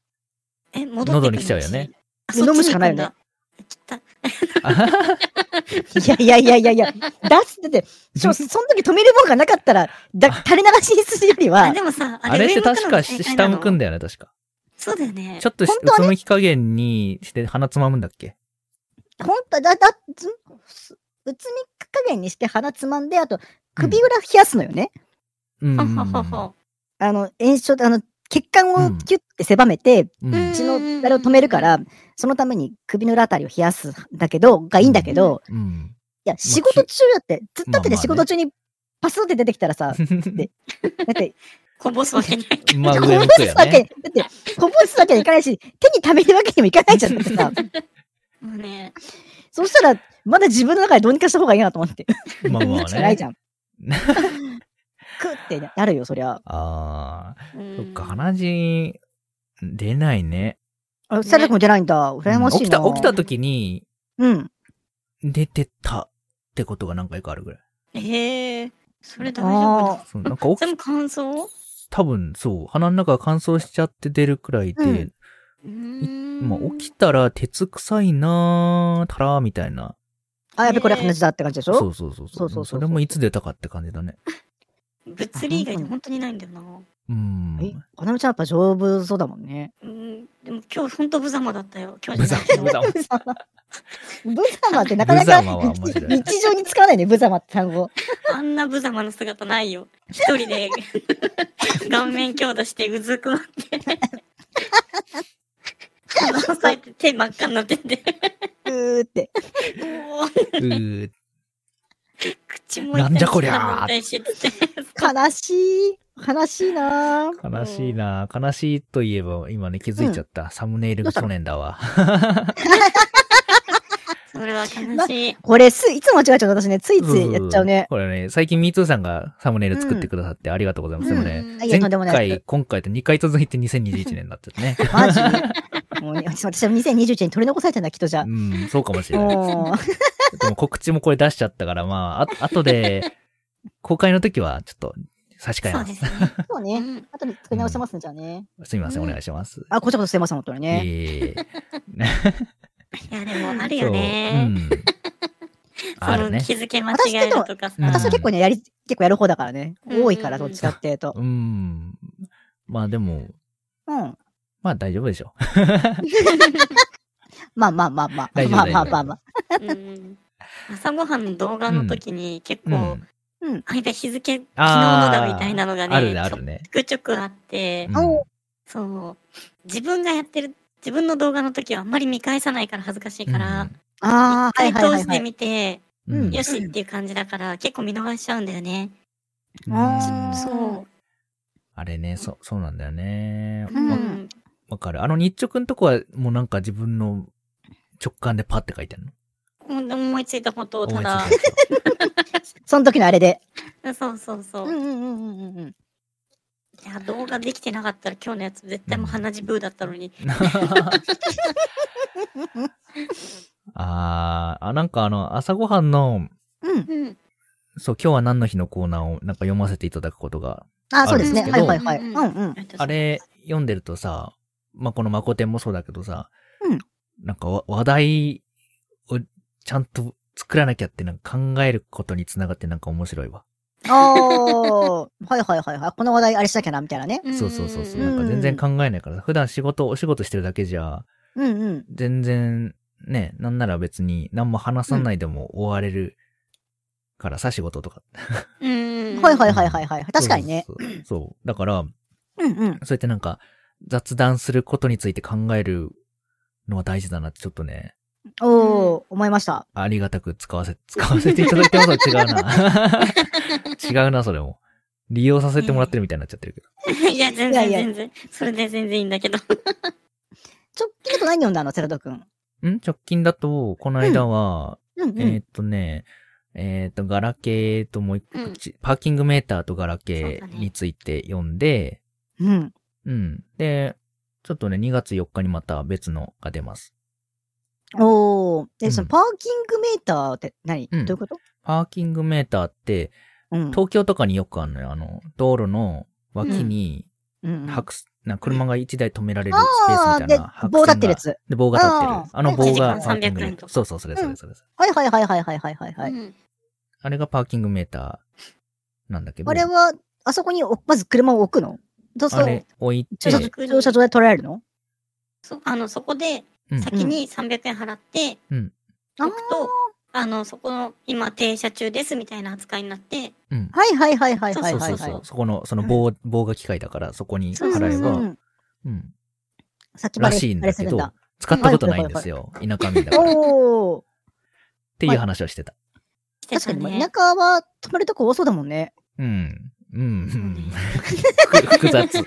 え、戻ってくる喉に来ちゃうよね。あ飲むしかないよね。そっちに行くんだ あははいやいやいやいやいや、出す ってて、しょその時止めるもんがなかったら、だ垂れ流しにするよりあ、は、でもさ、あ あれれって確か上下向くんだ。だよね、確か。そうだよね。ちょっとし本う当はつむき加減にして鼻つまむんだっけほんと、だ、だ、ずすうつみ加減にして鼻つまんで、あと、首裏冷やすのよね。うんはははは。あの、炎症、あの、血管うをんキュッて狭めて、うん うん血のあれを止めるから、そのために首の裏あたりを冷やすんだけど、がいいんだけど、うん。いや、仕事中だって、ずっとだまあまあってねね仕事中にパスって出てきたらさ、だって、こぼすわけない。まあ、こ上向ぼくすよわけ、ね。だって、こぼすわけにいかないし、手に溜めるわけにもいかないじゃんだってさ、 もうね。そしたら、まだ自分の中でどうにかした方がいいなと思って、ま あましあかないね じ。ゃん。くってなるよ、そりゃ。ああ、そっか、うん鼻血、出ないね。あ、サラダも出ないんだ。羨ましい起きな。た、起きた時に、うん。出てたってことがなんかよくあるぐらい。ええそれ大丈夫あそうなんか起だ。き全部乾燥多分そう、鼻の中が乾燥しちゃって出るくらいで、うーんまあ起きたら鉄臭いなー、たらーみたいな。あ、やべ、これ話だって感じでしそょうそうそうそうそそうう。そうそうれもいつ出たかって感じだね。物理以外で本当にないんだよな。うん。え、かなめちゃんやっぱ丈夫そうだもんね。うん。でも今日本当無様だったよ。今日無じゃ様ないけど無様ブザマ。ブザマってなかなかブザマは面白い日常に使わないね、ブザマって単語。あんな無様な姿ないよ。一人で顔面強打してうずくまって。鼻押さえて手真っ赤になってて。うーって。もううー口もなんじゃこりゃー痛いし悲しい。悲しいなぁ。悲しいな悲しいといえば、今ね、気づいちゃった。サムネイルが去年だわ。それは悲しい。これす、いつも間違えちゃう私ね。ついついやっちゃうね。 これね、最近 MeToo さんがサムネイル作ってくださってありがとうございます。うんでもね、あいや前とんでもない回、今回と2回続いて2021年になっちゃっ てね。マジもうね私私は2021に取り残されてんだ、きっとじゃうん、そうかもしあ。れない。もう、でも告知もこれ出しちゃったから、まあ、あ後で、公開の時はちょっと差し替えそうま。ですすね。そううね。んあとで作り直してますね、じゃあね。すみません、お願いします。あ、こちゃこちゃすいません、本当にえね。えいや、でもあるそよう。うね。ん。そ あのるね。気づけ間違えるとかさ。うん私は結構ね、やり、結構やる方だからね。うん多いから、どっちかっていうと。うん。まあでも、うん。まあ大丈夫でしょう。まあまあまあまあ。大丈夫まあまあまあまあ。うん朝ごはんの動画の時に結う構、ん。うん。あ、いた日付、昨日のあーだみたいなのがあるねね、、あるね。ちょくちょくあってう、んおそう。自分がやってる、自分の動画の時はあんまり見返さないから恥ずかしいから、あ一あ、はい回はいは通いしはてい。みて、うんうんよしっていう感じだから、結構見逃しちゃうんだよね。うんあーそう。あれね、そ、そうなんだよね。うんうん。わかる。あの日直のとこは、もうなんか自分の直感でパって書いてるの思いついたことを思たいつだい、たやつをその時のあれで。そうそうそうう。んいうんうんうんうん。や、動画できてなかったら今日のやつ絶対もう鼻血ブーだったのに。 あーあ、なんかあの、朝ごはんの、うん。うん。そう、今日は何の日のコーナーをなんか読ませていただくことが、あ、そうですね。あるんはですけどいはいはい。ううんうんんううん。あれ読んでるとさ、まあ、このマコテンもそうだけどさ、うんなんかわ話題をちゃんと作らなきゃってなんか考えることにつながってなんか面白いわ。おー。はいはいはいはい。この話題あれしなきゃな、みたいなね。んそうそうそうそう。うなんんか全然考えないからさ、普段仕事、お仕事してるだけじゃ、うんうん。全然、ね、なんなら別に何も話さないでも終われるからさ、仕事とか。うん。はいはいはいはいはい。確かにね。そうそうそう。そう。だから、うんうん。そうやってなんか、雑談することについて考えるのは大事だなって、ちょっとね、おー、思いました。ありがたく使わせ、使わせていただいてます違う な。違うな、それも。利用させてもらってるみたいになっちゃってるけど。いや、全いや然いや全然。それで全然いいんだけど。直近だと何読んだの、セロド君。ん直近だと、この間は、うんうえーん。っとね、えーっと、ガラケーともう一個、うんちパーキングメーターとガラそうケだねーについて読んで、うん。うん。で、ちょっとね、2月4日にまた別のが出ます。おー。で、そうのんパーキングメーターって何うどうんいうことパーキングメーターって、うん。東京とかによくあるのよ。あの、道路の脇に、うんうん白す、な車が1台止められるスペースあーみたいでな。白線が棒立ってるやつ。で、棒が立ってる。ああーの棒が1時パ間ーキングメー300円ター。とそうそう、それそれそれ。それはいはいはいはいはいはいはいはうい。んあれがパーキングメーターなんだけど。あれは、あそこにおまず車を置くのそうすあるれ置いと、駐て、車で場駐車場で取られるのそあの、そこでうん、先に300円払って、うん置くと、あの、そこの、今停車中ですみたいな扱いになって、うん。はいはいはいはいはいそはうそいうはそ。。いうそこの、その棒、棒が機械だから、そこにそうそう払えうんうんうば、んうん。先らバレしいんバレだすけるんどだ。、使ったことないんですよ。田舎民だから。っお ー。ていう話をしてた。して確かたに、田。ね舎は止まるとこ多そうだもんね。うん。うんうそうねん。ふ複雑。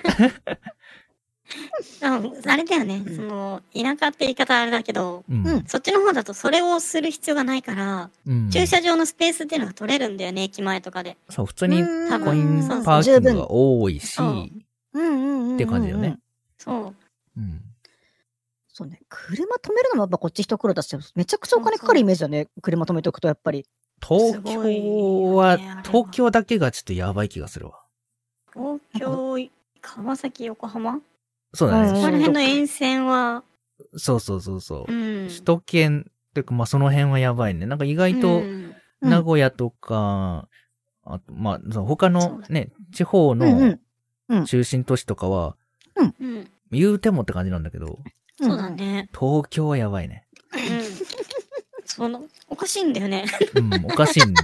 あのあれだよね、その、田舎って言い方あれだけど、うんうんそっちの方だとそれをする必要がないから、うん。駐車場のスペースっていうのが取れるんだよね、駅前とかで。そう、普通にうんコインそうパーキ十ング分が多いし、そううんうんうんうんうん。っていう感じだよね。そうう。ん。そうね。車止めるのもやっぱこっち一苦労だし、めちゃくちゃお金かかるイメージだね。車止めておくとやっぱり。東すごい京よは、ねあれは東京だけがちょっとやばい気がするわ。東京、川崎、横浜そうだうんこね。こら辺の沿線は、そうそうそうそうう。ん。首都圏っていうか、まあその辺はやばいね。なんか意外うと、んうん名古屋とか、あと、まあ、その他そうのだね、地方うんうのんうん中心都市とかは、うん。言うてもって感じなんだけど、そうだ。ね。東京はやばいね。うん。その、おかしいんだよね。うん、おかしいん。だっ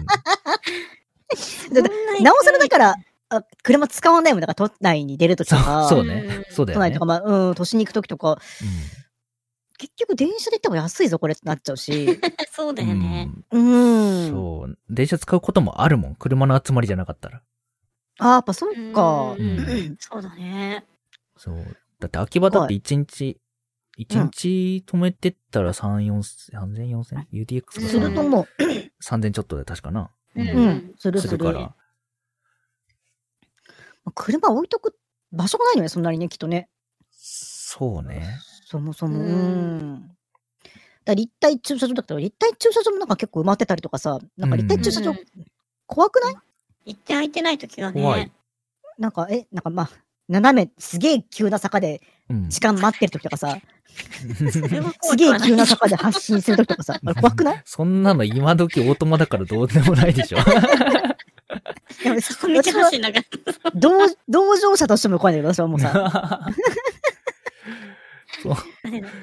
てなおさらだから、あ車使わないもんだから、都内に出るときとか、そうね。そうだよ都内ねとか、。まあ、うん、都市に行くときとか、結局電車で行った方が安いぞ、これってなっちゃ うし。そうだうよんね。ううんん。そう。電車使うこともあるもん。車の集まりじゃなかったら。あー、やっぱそうかう。んそうだね。そう。だって秋葉だって1日、一うん日止めてったら3、4、3000、4000 ?UDX がすると思う。 3000ちょっとで確かな。うんううんん、するすするる。から。車置いとく場所がないのよ、そんなにね、きっとね。そうね。そもそも。ううんん。だから立体駐車場だったら、立体駐車場もなんか結構埋まってたりとかさ、なんか立体駐車う場ん怖くない、行って空いてない時がね。怖いなんか、え、なんかまあ、斜め、すげえ急な坂でうん。時間待ってる時とかさ、それはす怖くげえはない急な坂で発進する時とかさ、あれ怖くないそんなの今時オートマだからどうでもないで しょ。いや そこ道走んながら。同同乗者としても怖いんだけど、私はもう さ、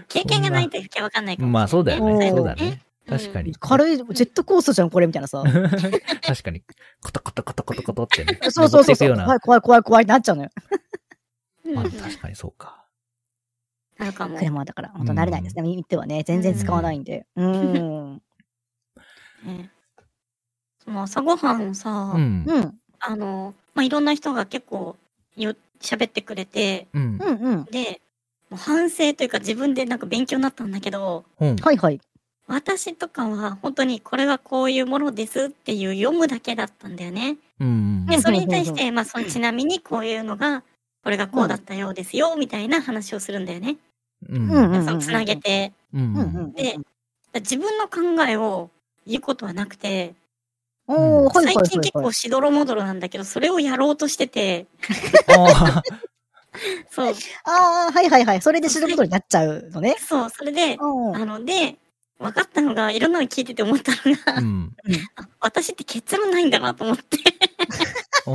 経験がないときは分かんないかもまあそうだよね。ねそうだね。確かに。軽いジェットコースターじゃん、これみたいなさ。確かに。コトコトコトコトコトってね。 そうそうそ登ってうそう。いくような怖い怖い怖い怖いってなっちゃうのよ。うんまあ確かにそうか。なんかもう、車だから、本当慣れないですね。見てはね、全然使わないんで。うん。ねその朝ごはんをさ、うん。うん。うんあの、まあ、いろんな人が結構よ喋ってくれて、うん。うん。で、もう反省というか自分でなんか勉強になったんだけど、うん。はいはい。私とかは本当にこれはこういうものですっていう読むだけだったんだよね。うん。で、それに対うしんうて、まあ、そのちなみにこういうのが、これがこうだったようですよ、みたいな話をするんだよね。ううんうんん。うん。そのつなげて。ううんうんん。でだから自分の考えを言うことはなくて、おー、はいはい最はい近結はい構。しどろもどろなんだけど、それをやろうとしてて、ああ。そう、ああ、はいはいはい。それで死ぬことになっちゃうのね。そう、それで、うん。あの、で、分かったのが、いろんなの聞いてて思ったの が、うん。あ私って結論ないんだなと思って、 お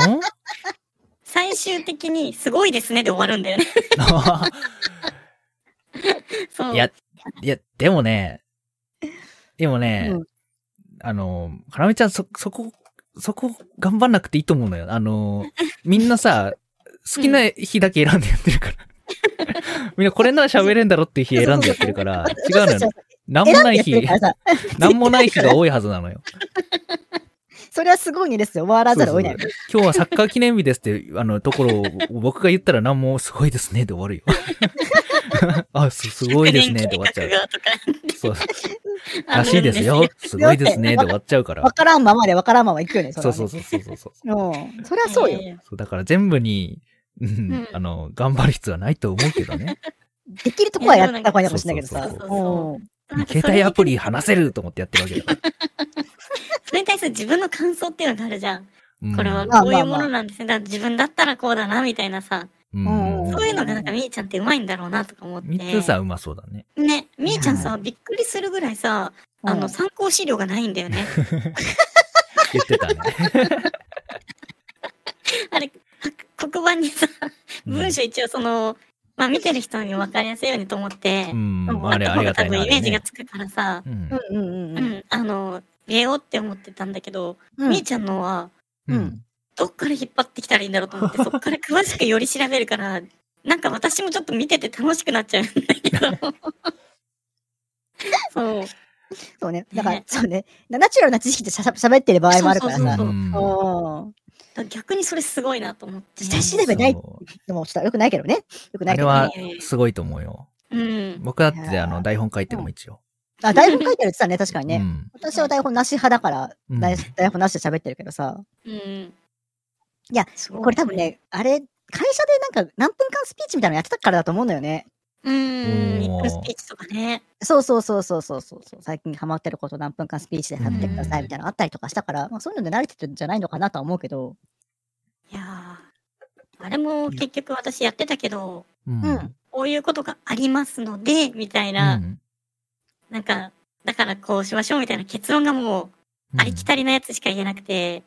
最終的に、すごいですねで終わるんだよ ね。そう。いや、いや、でもね、でもね、うんあの、かなめちゃん、そ、そこ、そこ、頑張んなくていいと思うのよ。あの、みんな さ、好きな日だけ選んでやってるから。みんなこれなら喋れんだろっていう日選んでやってるから、違うのよ。なんも選んなでいやって日る か、らさ、なんもない日が多いはずなのよ。それはすごいねですよ。笑わざるを得ない。そうそう今日はサッカー記念日ですって、あの、ところを僕が言ったら何もすごいですねで終わる よ。あ、す、すごいですねで終わっちゃう。そう。らしいです よ。すごいですねで終わっちゃうからわ。からんままでわからんまま行くよね。そうそううそうそうそうそう。うん。それはそうよ。よ。そうだから全部に、うんうん。あの、頑張る必要はないと思うけどね。できるとこはやった方がいいかもしれないけどそさうそうそうん携帯アプリ話せると思ってやってるわけだから。それに対する自分の感想っていうのがあるじゃん。うんこれはまあこういうもまあのなんですね。だから自分だったらこうだな、みたいなさ。うんうんそういうのがなんかみーちゃんってうまいんだろうなとか思って。三つさんうまそうだね。ね、みーちゃんはさ、びっくりするぐらいさ、あうの、ん参考資料がないんだ よね。言ってたね。あれ、あ黒板にさ、文章一応その、まあ見てる人に分かりやすいようにと思ってう、ん、うんあれありがたい多な。分あイれねメージがつくからさう、んうんうんううんん、あの、えようって思ってたんだけど、うん。みーちゃんのは、ううんん。どっから引っ張ってきたらいいんだろうと思って、そっから詳しくより調べるから、なんか私もちょっと見てて楽しくなっちゃうんだけど。そう。そうね。だからね、そうね。ナチュラルな知識でしゃ喋ってる場合もあるからそうそうさ。そううん。逆にそれすごいなと思って。親し調べないそうでも、ちょっと良くないけどね。良くなあいけれど。はあ、すごいと思うよ。うん。僕だって、あの、台本書いてるもん一応。台本書いてるって言ってたね、確かにうね。ん。私は台本なし派だから、うん台台本なしで喋ってるけどさ。うん。いや、すごいこれ多分。ね、あれ、会社でなんか何分間スピーチみたいなのやってたからだと思うんだよね。うん。おー1分スピーチとかね。そうそうそうそうそうそうそう。最近ハマってること何分間スピーチで喋ってくださいみたいなのあったりとかしたから、まあそういうので慣れてるんじゃないのかなとは思うけど。いやーあれも結局私やってたけど、うん。うんこういうことがありますので、みたいうな、んなんか、だからこうしましょうみたいな結論がもう、ありきたりなやつしか言えな くて、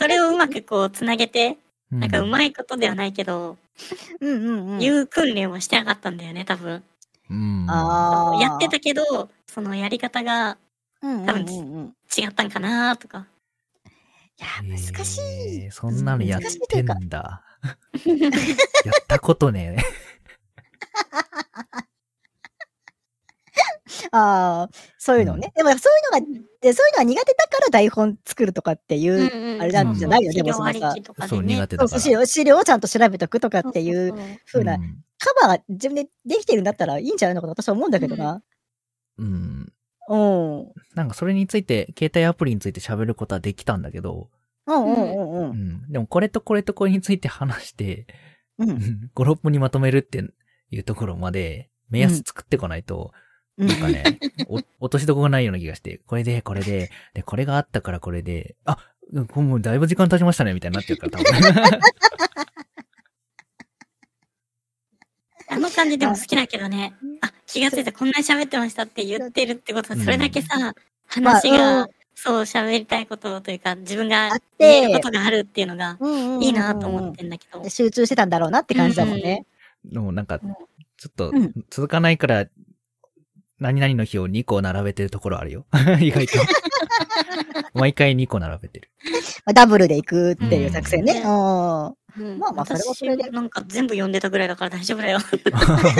それをうまくこうつなげて、うんなんかうまいことではないけど、うんうんうん。言う訓練をしてなかったんだよね、多分。うん。ああ。やってたけど、そのやり方がうんうんうんうん。違ったんかなとか。いや、難しい。えー。そんなのやって難しんだ。 やったことね。ああ、そういうのね。でもそういうのが、でそういうのが苦手だから台本作るとかっていう、うんうんあれなんじゃないよねそうでも資料ありきとかでそう、ね苦手そだうかそら。う資料資料をちゃんと調べとくとかっていうそそそふうな、んカバーが自分でできてるんだったらいいんじゃないのかな私は思うんだけどな。うん。うん。うんなんかそれについて、携帯アプリについて喋ることはできたんだけど、うんうんう。うんん。でもこれとこれとこれについて話して、うん。ううん ん5、6分にまとめるっていうところまで、目安作ってこないと、うんなんか ね、お落としどころがないような気がして、これで、これで、で、これがあったからこれで、あ、これもうだいぶ時間経ちましたね、みたいになってるから、多分。あの感じでも好きだけどね。あ、気がついた、こんなに喋ってましたって言ってるってことは、それだけさ、話まあうがん、そう喋りたいことというか、自分があって言えることがあるっていうのが、うんうんいいなと思ってんだけど。集中してたんだろうなって感じだもんね。でもなんか、うんちょっとうん、続かないから、何々の日を2個並べてるところあるよ。 意 外と。毎回2個並べてる。 まあダブルで行くっていう作戦ね。うんうんまうんまあまあそれはそれで私なんか全部読んでたぐらいだから大丈夫だよ。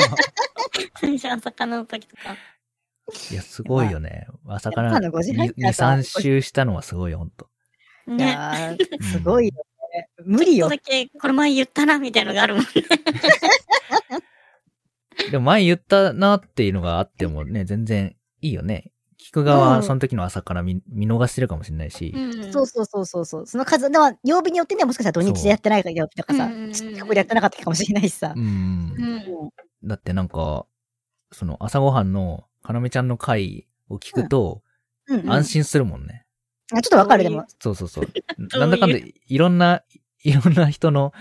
最初は魚の時とか。いや、すごいよね。朝かやらっぱあの5時半2、からさ3周したのはすごいよ、ほんと。いね。やーすごいよね。無理ちよょっと。だけ、これ前言ったな、みたいなのがあるもんね。でも前言ったなっていうのがあってもね、全然いいよね。聞く側うはんその時の朝から見見逃してるかもしれないし。うんそうそうそうそうそう。その数、でも曜日によってね、もしかしたら土日でやってない曜日とかさうんうんうん、近くでやってなかったかもしれないしさう。んう。んだってなんか、その朝ごはんのかなめちゃんの回を聞くとうんうんあ安心するもんね。ちょっとわかる、でも。そうそう そう。ういうなんだかんだいろんな、いろんな人の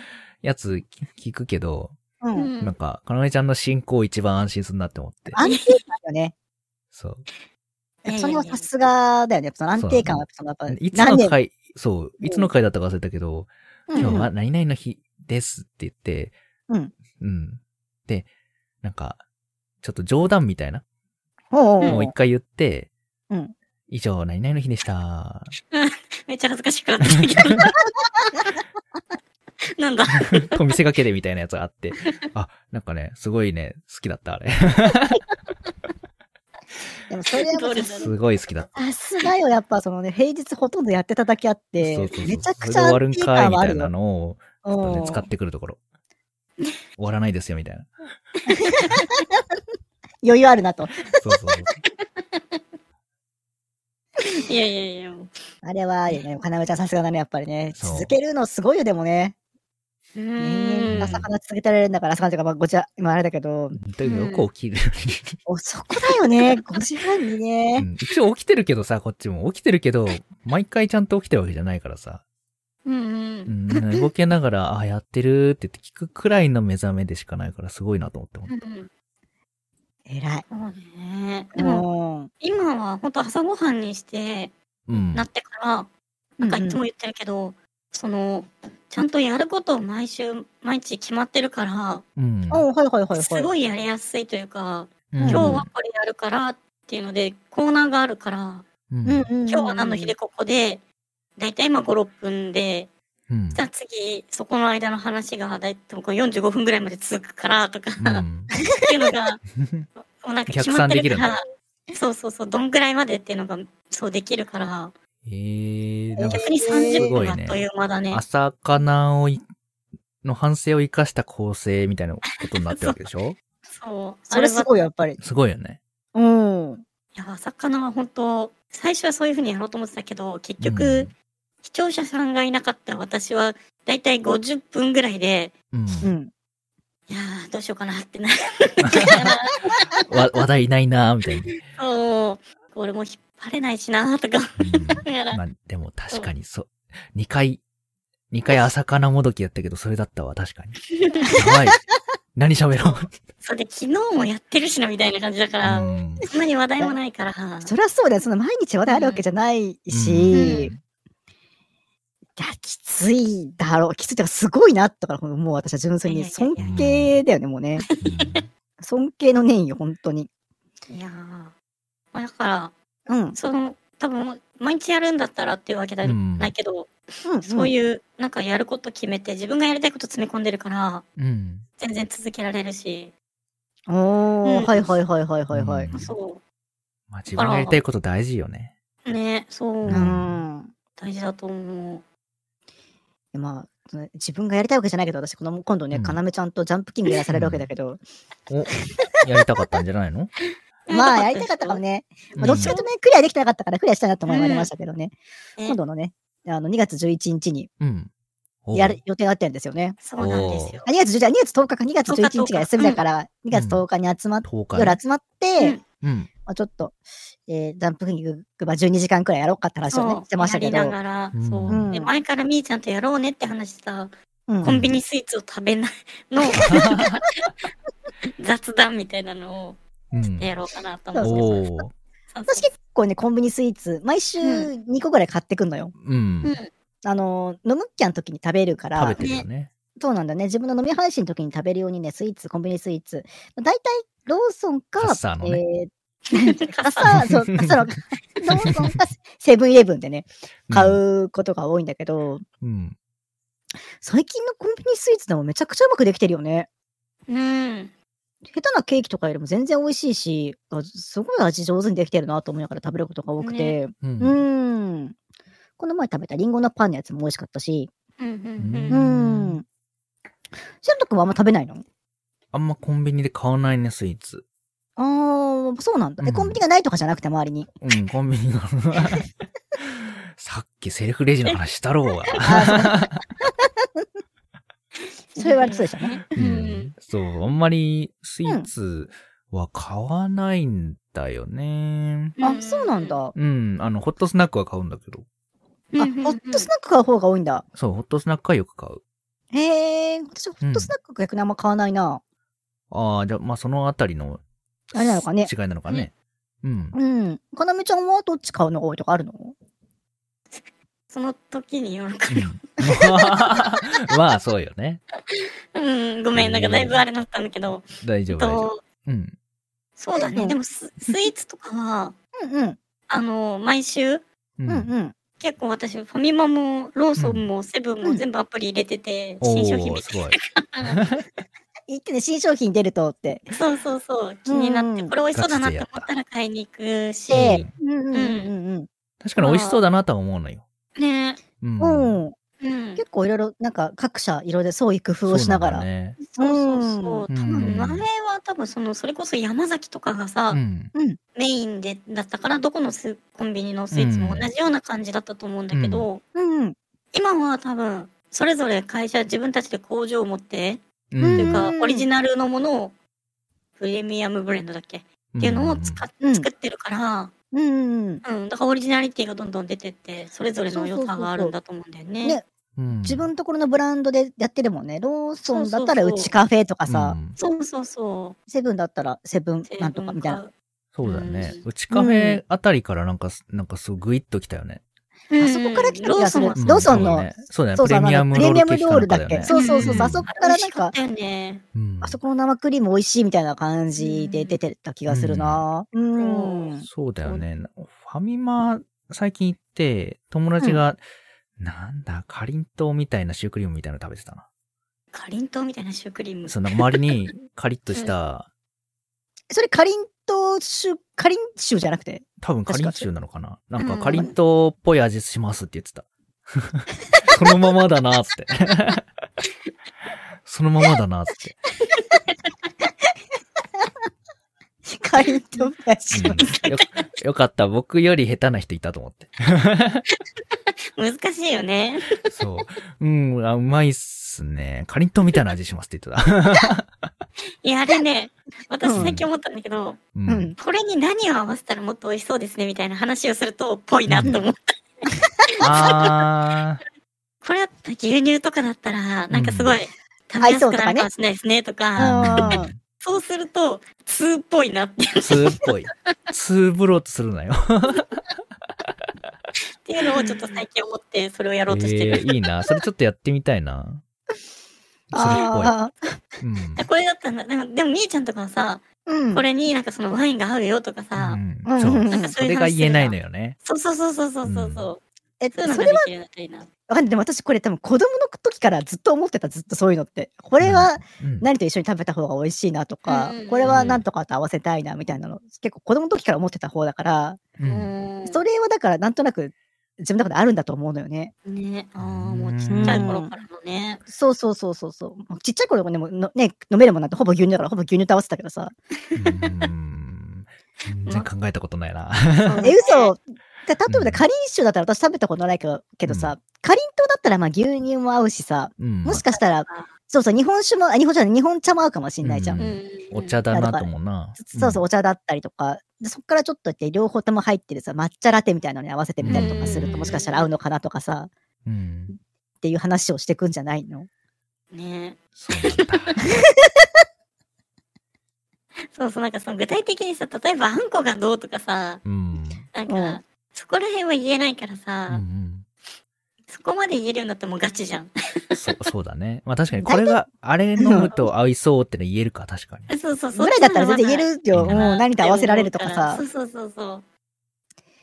やつ聞くけど、う。うんんなんか、かなめちゃんの進行一番安心するなって思って。安定感よね。そう。やっぱそれはさすがだよね。やっぱその安定感は、そのやっぱいつの年回、そう、いつの回だったか忘れたけど、うん今日は何々の日ですって言って、うん。うん。で、なんか、ちょっと冗談みたいな、おうおうもおうう一回言って、うん以上、何々の日でした。 めっちゃ恥ずかしくなってきたけ ど。なんだ。と見せかけてみたいなやつがあって、あ、なんかね、すごいね、好きだった、あ れ。でもそれはどうですすごい好きだった。さすがよ、やっぱそのね、平日ほとんどやってただけあってそうそうそ、うめちゃくそれちでゃ終わる安ん定かい感みはたあいるなよ。のを、ちょっとうねん使ってくるところ。終わらないですよ、みたいな。余裕あるなと。そうそう そう。いやいやいや。うあれはあるよね、かなめちゃんさすがだね、やっぱりね。そう続けるのすごいよ、でもね。ーん。朝から続けられるんだから、朝からというか、まあ、ごちゃ、今あれだけど、というか、よく起きる。お、そこだよね、5時半にうね。ん一応起きてるけどさ、こっちも起きてるけど、毎回ちゃんと起きてるわけじゃないからさ。うんううんん、動けながら、あ、やってるって言って聞くくらいの目覚めでしかないから、すごいなと思って。うん。偉い。そうね。うでも、ん。今は本当朝ごはんにしてうんな。ってから、なんかいつも言ってるけど、その、ちゃんとやることを毎週、毎日決まってるから、うん。うん、はいはいはいはい。すごいやりやすいというか、今今日はこれやるからっていうので、コーナーがあるから、ううんん。うんうん。今日は何の日でここで、だいたい今5、6分で、うんじゃあ次、そこの間の話がだいたいこう45分ぐらいまで続くからとか、うっん。ていう のが、もうなんか決まってるか逆算でら、そうそうそう、どんぐらいまでっていうのが、そうできるから、えー、なんか逆にす30ごい分ねあっという間だね。朝かなをい、の反省を生かした構成みたいなことになってるわけでしょ そう。それすはごい、やっぱり。すごいよね。うん。いや、魚は本当、最初はそういうふうにやろうと思ってたけど、結局、うん視聴者さんがいなかった私は、だいたい50分ぐらいで、うん。うん。いやー、どうしようか なってなってから、わ 話題ないなーみたいに。そう、俺も引っ張れないしなーとかうん思いながら、まあ、でも確かにそう。二回、二回朝かなもどきやったけど、それだったわ、確かに。やばい。何喋ろう。それで昨日もやってるしなみたいな感じだから、うんそんなに話題もないから、そりゃそうだよ。その毎日話題あるわけじゃないし、いや、きついだろう。きついってか、すごいな、とか、もう私は純粋に尊敬だよね、もうね。尊敬の念よ、本当に。いやー、まあ、だから、うん。その、多分、毎日やるんだったらっていうわけじゃないけど、そうういう、なんかやること決めて、自分がやりたいこと詰め込んでるから、うん。うん。全然続けられるし、ん。おー、うんはいはいはいはいはいはい。うんそう。まあ、自分がやりたいこと大事よね。ね、そうう、ん。大事だと思う。でまあ、その自分がやりたいわけじゃないけど、私、この今度ね、うんかなめちゃんとジャンプキングやらされるわけだけど、お、やりたかったんじゃないのまあ、やりたかったかもね。ね。うまあんどっちかとね、クリアできてなかったから、クリアしたいなと思いましたけどね。ね今度のね、あの、2月11日にうん。おやる予定だったんですよね。そうなんですよあ。2月11日、2月10日か、2月11日が休みだから、2ん月10日に集まっ10日ね夜集まって、うんうん。まあ、ちょっと、えー、ダンプキング、まあ、12時間くらいやろうかって話をね、してましたけどやり、ながら、うんそう、うんで前からみーちゃんとやろうねって話した、うんコンビニスイーツを食べないの 雑談みたいなのをうん。やろうかなと思ってます。おー。私結構ね、コンビニスイーツ、毎週う2個ぐらい買ってくんのよ。うん。うん食あのー、飲むっきゃん時に食べるから、べてるよね。そうなんだね。自分の飲み配信の時に食べるようにね、スイーツ、コンビニスイーツ。まあ大体、ローソンか、カッサーのね、 えー、カカッサッサー、そう、カッサーの、ローソンか、セブンイレブンでね、買うことが多いんだけど、うん。最近のコンビニスイーツでもめちゃくちゃうまくできてるよね。うん。下手なケーキとかよりも全然美味しいし、あすごい味上手にできてるなと思いながら食べることが多くて、ううーん。ん。この前食べたリンゴのパンのやつも美味しかったし、うんうんううんーうんん。シェルト君はあんま食べないのあんまコンビニで買わないね、スイーツ。ああ、そうなんだ。え、うんコンビニがないとかじゃなくて周りに。うん、コンビニの。さっきセルフレジの話したろうが。 それはそうでしたね。ううんん。そう、あんまりスイーツは買わないんだよね。あ、そうなんだ。。あ、うん、あの、ホットスナックは買うんだけど。うんホうんうんットスナック買う方が多いんだ。そう、ホットスナックはよく買う。へえ、私ホットスナック逆にあんま買わないな。ああ、じゃあ、まあ、そのあたりの。あれなのかね違いなのかね。 うん。 うん。かなめちゃんはどっち買うのが多いとかあるのその時によるかうんまあ、そうよね。ら。うん、ごめん、なんかだいぶあれだったんだけど。大丈夫、大丈夫。と、うん。そうだうんね。でもス、スイーツとかは、うんうん。あの、毎週、ううんん。うん。結構私、ファミマも、ローソンも、セブンも全部アプリ入れてて、お新商品ー、見てすごい。言ってね、新商品出るとって。そうそうそう、気になって、うんこれ美味しそうだなって思ったら買いに行くし、うんうんうんうん確かに美味しそうだなとは思うのよ。ね、う。うんん。うん。うん。結構いろいろ、なんか各社いろいろそういう工夫をしながら。そううんだねそうそうそう。多うん分前は多分その、それこそ山崎とかがさ、うん。メインでだったから、どこのスコンビニのスイーツも同じような感じだったと思うんだけど、うん。今は多分、それぞれ会社自分たちで工場を持って、うんというかうん、オリジナルのものを、プレミアムブレンドだっけっていうのを使っうん作ってるかうら、んうん。うん、だからオリジナリティがどんどん出てって、それぞれの良さがあるんだと思うんだよね。ねうん自分のところのブランドでやってるもんね。ローソンだったらそううそうそうちカフェとかさう、んそうそうそセブンだったらセブンう。なんとかみたいな。そうだよね。ううちカフェあたりからなんか、なんかすごいグイッときたよね。うん。あそこから来たロ気ーがすソンるは。ローソンのうんそうだね。プそうそレう、あのミアムプロレーミルケアムーキロかなールんかだだっよけ。ね。そうそうそうう、んあそこからなんか美味し、ったよね。うんあそこの生クリーム美味しいみたいな感じで出てた気がするな。うん。うんそうだよね。ファミマ、最近行って、友達が、なんだ、かりんとうみたいなシュークリームみたいなの食べてたな。かりんとうみたいなシュークリーム。その周りにカリッとした、それ、かりんとうシュ、かりんシュじゃなくて。 多分かりんちゅうなのかな。なんかうんかりんとうっぽい味しますって言ってた。 そのままだなって。 そのままだなって。かりんとうみたいなシュうんよよかった。僕より下手な人いたと思って。難しいよね。そう。うん、あうまいっすね。かりんとうみたいな味しますって言ってた。いや、あれね、私うん最近思ったんだけど、ううんん。これに何を合わせたらもっと美味しそうですね、みたいな話をすると、ぽいなと思う。あこれだったら牛乳とかだったら、なんかすごい、食べやすくなるかもしれないですね、とか、あーー。そうすると、通っぽいなっていうツーっぽい。ツーブローとするなよ。っていうのをちょっと最近思って、それをやろうとしてえる。ーいいな。それちょっとやってみたいな。それっぽい。あーうん。これだったんだ。でも、でもみーちゃんとかはさ、うん。これになんかそのワインが合うよとかさ、うんうんそうう。んなんかそそういれう話が言えないのよ。よね。そうそうそうそうそうそう。え、そういうのそがれでは、きるといいな。わかんない。でも私これ多分子供の時からずっと思ってた、ずっとそういうのって。これはうん何と一緒に食べた方が美味しいなとかうん、これは何とかと合わせたいなみたいなの、結構子供の時から思ってた方だから、ううんんそれはだからなんとなく自分の中であるんだと思うのよね。ね、ああ、もうちっちゃい頃からのね。そうそうそうそうそう。もうちっちゃい頃でものね、飲めるもんなんてほぼ牛乳だからほぼ牛乳と合わせたけどさ。うん全然考えたことないな。 え、嘘ねで例えばうんねカリン酒だったら私食べたことないけどけどさ、うカリン糖だったらまあ牛乳も合うしさ、うんもしかしたら、そうそう、日本酒も、あ日本酒じゃない、日本茶も合うかもしんないじゃん。ううんお茶だなと思うな。そうそう、お茶だったりとか、でそっからちょっとやって、両方とも入ってるさ、抹茶ラテみたいなのに合わせてみたりとかするうと、んもしかしたら合うのかなとかさ、っうん。うん。ていう話をしてくんじゃないのねそうなんだ。そうそう、なんかその具体的にさ、例えばあんこがどうとかさ、うん。なんか、うんそこら辺は言えないからうさ、んそこまで言えるようになったらもうガチじゃん。 うん。そう、そうだね。まあ確かにこれが、あれ飲むと合いそうっての言えるか、確かに。そ うそうそう。ぐらいだったら全然言えるよ。うんもう何と合わせられるとかさそ。うそうそうそう。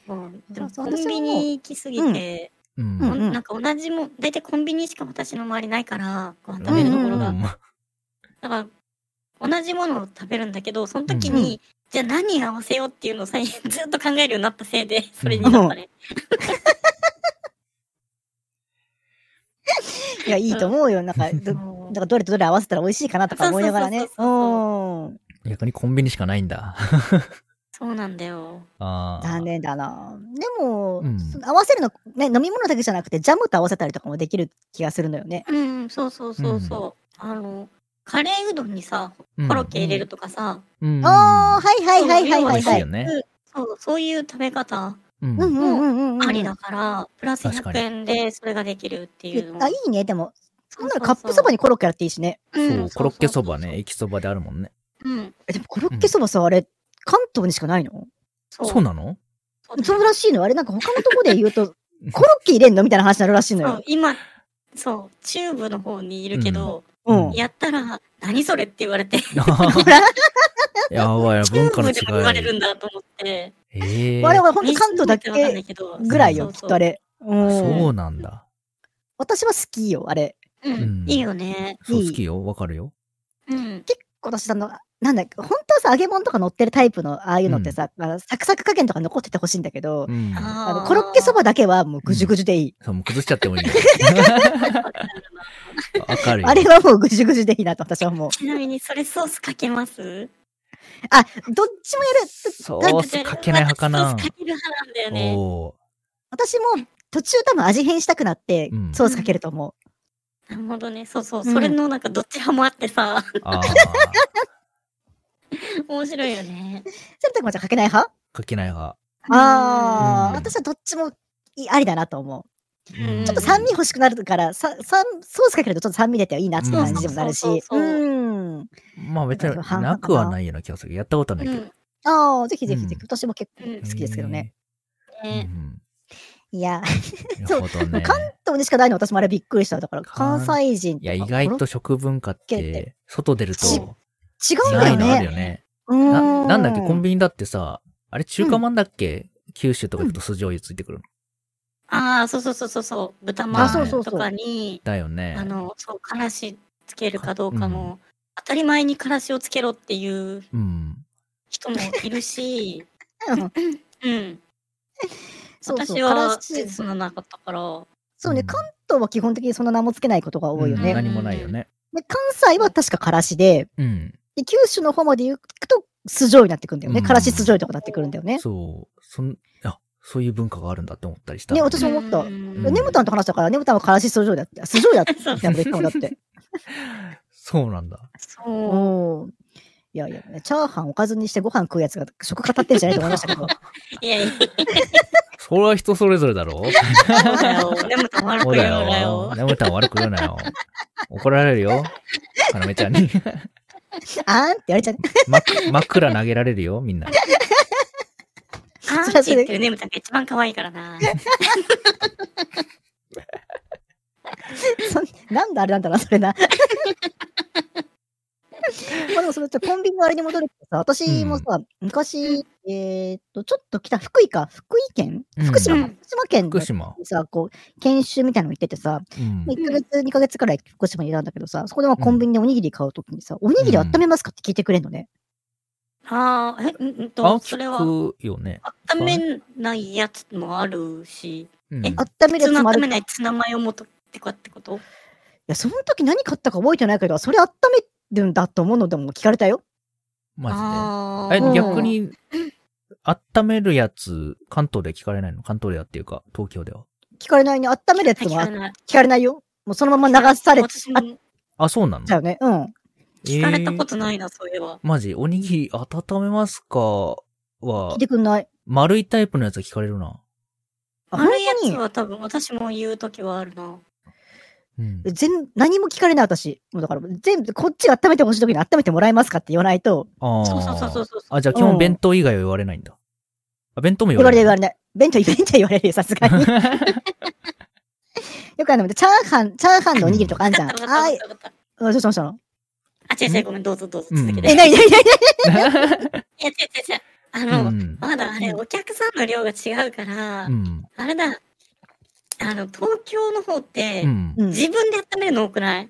そうでもそうコそうンビニ行きすぎて、ううんん。うこんなんか同じもん、大体コンビニしか私の周りないから、ご飯う食べるところが。んだから、同じものを食べるんだけど、その時に、じゃあ何合わせようっていうのを最近ずっと考えるようになったせいで、それになったね。いや、いいと思うよ。なんか、ど なんそうかどれとどれ合わせたら美味しいかなとか思いながらそうねそう。うそうそん。逆にコンビニしかないんだ。そうなんだよ。ああ。残念だな。でも、うんその合わせるの、ね、飲み物だけじゃなくて、ジャムと合わせたりとかもできる気がするのよね。うん、そうそうそうそう。あの、カレーうどんにさ、うんコロッケ入れるとかさ、うん。ああ、はいはいはいはい美はい味はしいいよ。ね。そう、そういう食べ方うんうんうんうんうんうん。ありだから、プラス確かに100円でそれができるっていうのあ、いいね。でも、そんなのカップそそばにコロッケやっていいしね。うそう、コロッケそば。うんね、駅そばであるもんね。そうそうそううん。えでもコロッケそばさ、あれ、関東にしかないのそそうなのそうだよそうらしいのあれ、なんか他のとこで言う と、コロッケ入れんのみたいな話になるらしいのそよう。今、そう、中部の方にいるけど、うん。んやったら、何それって言われて、やばいな、中文化の部でも言われ違るい。んだと思って、ええ我々ほんと西関東だ部ってわかんなけいどぐらいよ、そうきっそうとあれ。うん。そうなんだ。私は好きよ、あれ。うんうんいいよね。そう、いい好きよ。わかるよ。うん。結構私、あの、なんだ、本当はさ、揚げ物とか乗ってるタイプの、ああいうのってさ、あのサクサク加減とか残っててほしいんだけど、うん。あのコロッケそばだ。だけはもうぐじゅぐじゅでいい。そう、もう崩しちゃってもいいよ。わかるよ。あれはもうぐじゅぐじゅでいいなと私は思う。ちなみに、それソースかけますあ、どっちもやる。ソースかけない派か私なソース。かける派なんだよね。お私も途中多分味変したくなってうんソースかけると思う。なるほどね。そうそう。うんそれのなんかどっち派もあってさ、ーああ。面白いよね。セルタクマちゃんかけない派かけない派。ああ、うん私はどっちもいいありだなとう思んう。ちょっと酸味欲しくなるから、さ酸ソースかけるとちょっと酸味出ていいなって感じにもなるうんし。そううそうそうそん。まあ別になくはないような気がする。やったことなういん。けど。ねああ、ぜひぜひぜうんひ。私も結構うん好きですけどね。へー。うんいや、なるほどね。本当にしかないの私もあれびっくりした。だからか関西人いとや、か意コロ外と食文化っ、コロッケって外出ると、違うんなだいよのあるよね。ね。うな、なんだっけ、コンビビニだってさ、あれ中華まんだっけ九州とか行くと酢醤油ついてくるの。ああ、そうそうそうそうそう。豚あそまうんそうそうとかに、だよねあ。の、そう、からしつけるかどうかうの、当たり前にからしをつけろっていううん。人もい るし、ニ。うん。そうそう私はからしそんななかったから、そうね、うん関東は基本的にそんな名もつけないことが多いようんね。何もないよね。で関西は確かからしで、うん。で九州の方まで行くと酢醤油になってくるんだよね。うんからし酢醤油とかなってくるんだよね。そう。そん、あ、そういう文化があるんだって思ったりした。ね私も思ったうんうねむたんと話したから、ねむたんはからし酢醤油だって、酢醤油だってそうみたいなこと言ってたもんだって。そうなんだ。そう。うん。いやいや、チャーハンおかずにしてご飯食うやつが食語ってんじゃないと思いましたけど。いやいや、それは人それぞれだろそうだよ。でもたまらそうないよだだよよ。。眠たん悪く言うなよ。怒られるよ。かなめちゃんに。あーんって言われちゃう。ま、枕投げられるよ、みんな。アンチ言ってるね、むたんが一番可愛いか らな。そん なんだあれなんだな、それ な。まあでもそれってコンビニのあれに戻るけどさ、私もさ、昔、えーっと、ちょっと来た福井か、福井県うん福島、うん福島県福で島。さ、こう、研修みたいなの行っててさ、うん。 1ヶ月、2ヶ月くらい福島にいたんだけどさ、そこでまあコンビニでおにぎり買うときにさ、おにぎり温めますかって聞いてくれんのね。ああ、え、うんうんあ、と、それは、聞くよね。温めないやつもあるし、うんえ温めるやつ普通のもあ温るけめどないいツナマヨもとってかってことや、その時何買ったか覚えてないけど、それ温めるんだと思うのでも聞かれたよ。マあジで。ーえ、逆に、温めるやつ、関東で聞かれないの関東ではっていうか、東京では。聞かれないね。温めるやつ聞もあかない聞かれないよ。もうそのまま流されち私もあ、そうなの。ゃうね。うん。聞かれたことないいな、そういえば。マジ、おにぎり温めますか聞、はいてくんない。丸いタイプのやつは聞かれるな。ああるやつ本当は多分私も言うときはあるな。うん。に全、何も聞かれない私。もうだから、全部、こっちが温めてほしい時に温めてもらえますかって言わないと、ああ。そうそうそうそうそう。あ、じゃあ基本弁当以外は言われないんだ。あ、弁当も言言わわれるれ言わない。れない。弁当、 弁当言われるよ、さすが に。よくあの、チャーハン、チャーハンのおにぎりとかあんじゃん。わかったわはかっい。たわかった。うん、どうしたどうしたのあ、違う違う、ごめん、どうぞどうぞ続けうんえ、て。なになになにいや、違う違う違う。うあの、ん。まだあれ、お客さんの量が違うから、うん。あれだ、あの、東京の方ってう、ん。うん。自分で温めるの多くない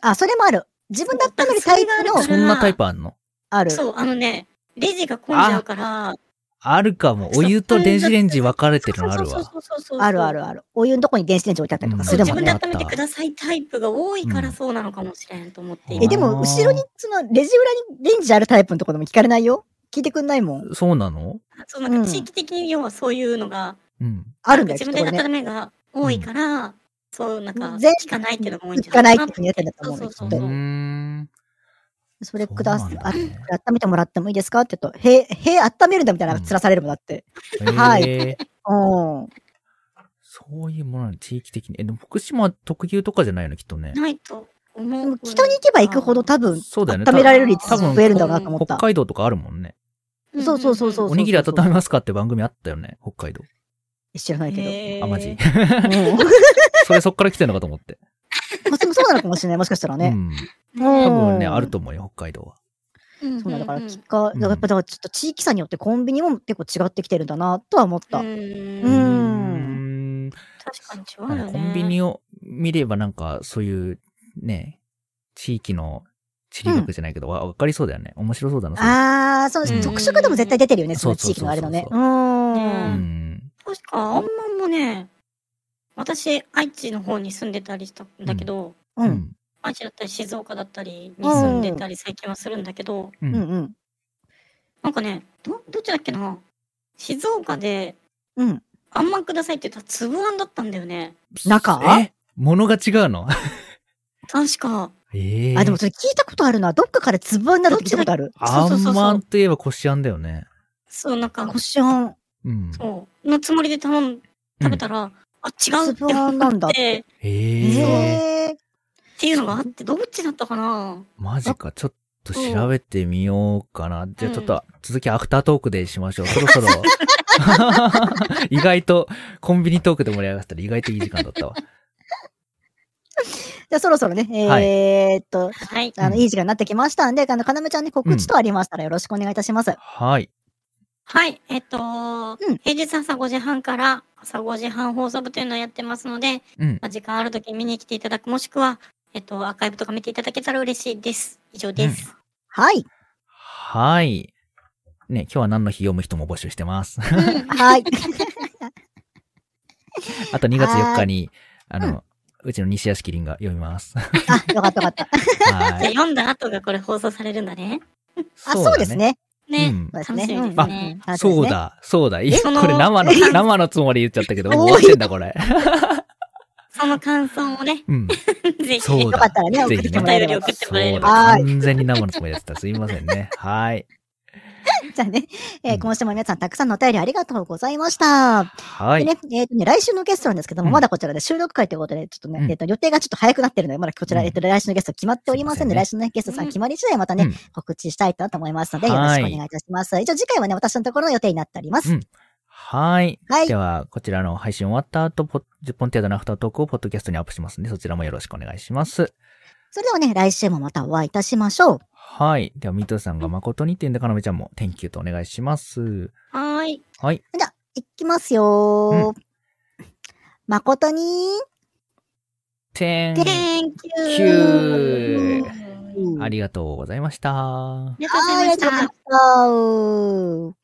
あ、それもある。自分で温めるタイプそうのだからそんなタイプあんのある。そう、あのね、レジが混んじゃうから、あるかも。お湯と電子レンジ分かれてるのあるそうわ。そうそうそう。あるあるある。お湯のとこに電子レンジ置いてあったりとかうんすそうる自もん分でね。温めてくださいタイプが多いかうんらそうなのかもしれんと思って。ういんるえ、でも、後ろに、その、レジ裏にレンジあるタイプのところでも聞かれないよ。聞いてくんないもん。そうなのそうなんうんか地域的に要はそういうのが、うん。あるんだよ、き自っと分これでね温。めが多いから、そうなんか全聞かないっていうのが多いんじ聞ゃかなないっていいうふうにやってんだとそ思ううそよ、きっうそうとーね。ん。それください。そうなあんだね温めてもらってもいいですかって言うと、へ、へ、温めるんだみたいな、つらされるもんだって。はいへーうん。そういうものなの地域的に。え、でも福島特有とかじゃないよね、きっとね。ないと思でうも。北に行けば行くほど多分、そうだよね。温められる率多分増えるんだろうなと思っ北た。海道とかあるもんね。うんそうそうそうそうおにぎり温めますかって番組あったよね、北海道。知らないけへーあ、マジ。 ど。うんそれそっから来てるのかと思って。まあでもそうなのかもしれない、もしかしたらうね。ん。うん多分ね、あると思うよ、北海道は。うんそうなんだから、きっうか、だうんからやっぱだからちょっと地域差によってコンビニも結構違ってきてるんだなとは思った。んううんんうーん確かに違あうよのね。コンビニを見ればなんか、そういう、ね、地域の地理学じゃないけど、わ、わかりそうだよね。面白そうだな。それああ、そう、うん特色でも絶対出てるよね、そのそう地そうそう域のあれのね。。そううううんん。確か、あんまんもね、私、愛知の方に住んでたりしたんだけど、う。うんん。愛知だったり静岡だったりに住んでたり最近はするんだけど、ううんん。うん。なんかね、ど、どっちだっけな静岡で、うん。あんまんくださいって言ったら、つぶあんだったんだよね。中え物が違うの 確か。ええ。あ、でも、それ聞いたことあるな。どっかから粒あんなどって聞いたことある。あそうそうそんうそうまんといえばこしあんだよね。そう、なんかこ、しあん。うん。そう、のつもりで頼ん、食べたら、あ、違うって粒あんなんだ思って、っええ。へえ。ていうのがあって、どっちだったかなマジか。ちょっと調べてみようかな。じゃあちょっと続きアフタートークでし ましょう。そろそろ。 意外と、コンビニトークで盛り上がったら意外といい時間だったわ。じゃあそろそろね、はいえーっと、はい。あの、うんいい時間になってきましたんで、あの、かなめちゃんね、告知とありましたらよろしくお願いいたします。はい。はい、えっと、平日朝5時半から朝5時半放送部というのをやってますので、うん。まあ時間ある時に見に来ていただく、もしくは、えっと、アーカイブとか見ていただけたら嬉しいです。以上です。はい。はい。ね、今日は何の日読む人も募集してます。 うんはい。 あと2月4日に、あうの、うちの西屋敷凛が読み ます。あ、よかったよかはった。じゃあい。読んだ後がこれ放送されるんだね。あ、そうです。ね。うね。ん。そうです楽しみね。ですんねあそうだ、そうだ。いやそのこれ生 の、生のつもりで言っちゃったけど、もう終わってんだ、これ。その感想をね、 うん。ぜひ。そうだ。よかったらねぜ送っひねてもらえればお便り送ってもらえればそうだはい完全に生のつもりだった。すいませんね。はい。 じゃあね、えーうん今週も皆さんたくさんのお便りありがとうございました。はでい。ね、えっ、とね、来週のゲストなんですけども、うんまだこちらで収録会ということで、ちょっとね、うんえっ、と、予定がちょっと早くなってるので、まだこちら、うんえっ、と、来週のゲスト決まっておりませんので、来週の、ね、ゲストさん決まり次第またね、うん告知したいなと思いますので、よろしくお願いいたします。一応次回はね、私のところの予定になっております。うんはい。はいでは、こちらの配信終わった後、ポ10本程度のアフタートークをポッドキャストにアップしますので、そちらもよろしくお願いします。それではね、来週もまたお会いいたしましょう。はい。では、ミトさんが誠にってんで、かなめちゃんも、天球とお願いします。はーい。はい。じゃあ、いきますよー。誠に天 Thank キ you! ュあありがとうございました。りがとうごあざいりがましとうございたま。した。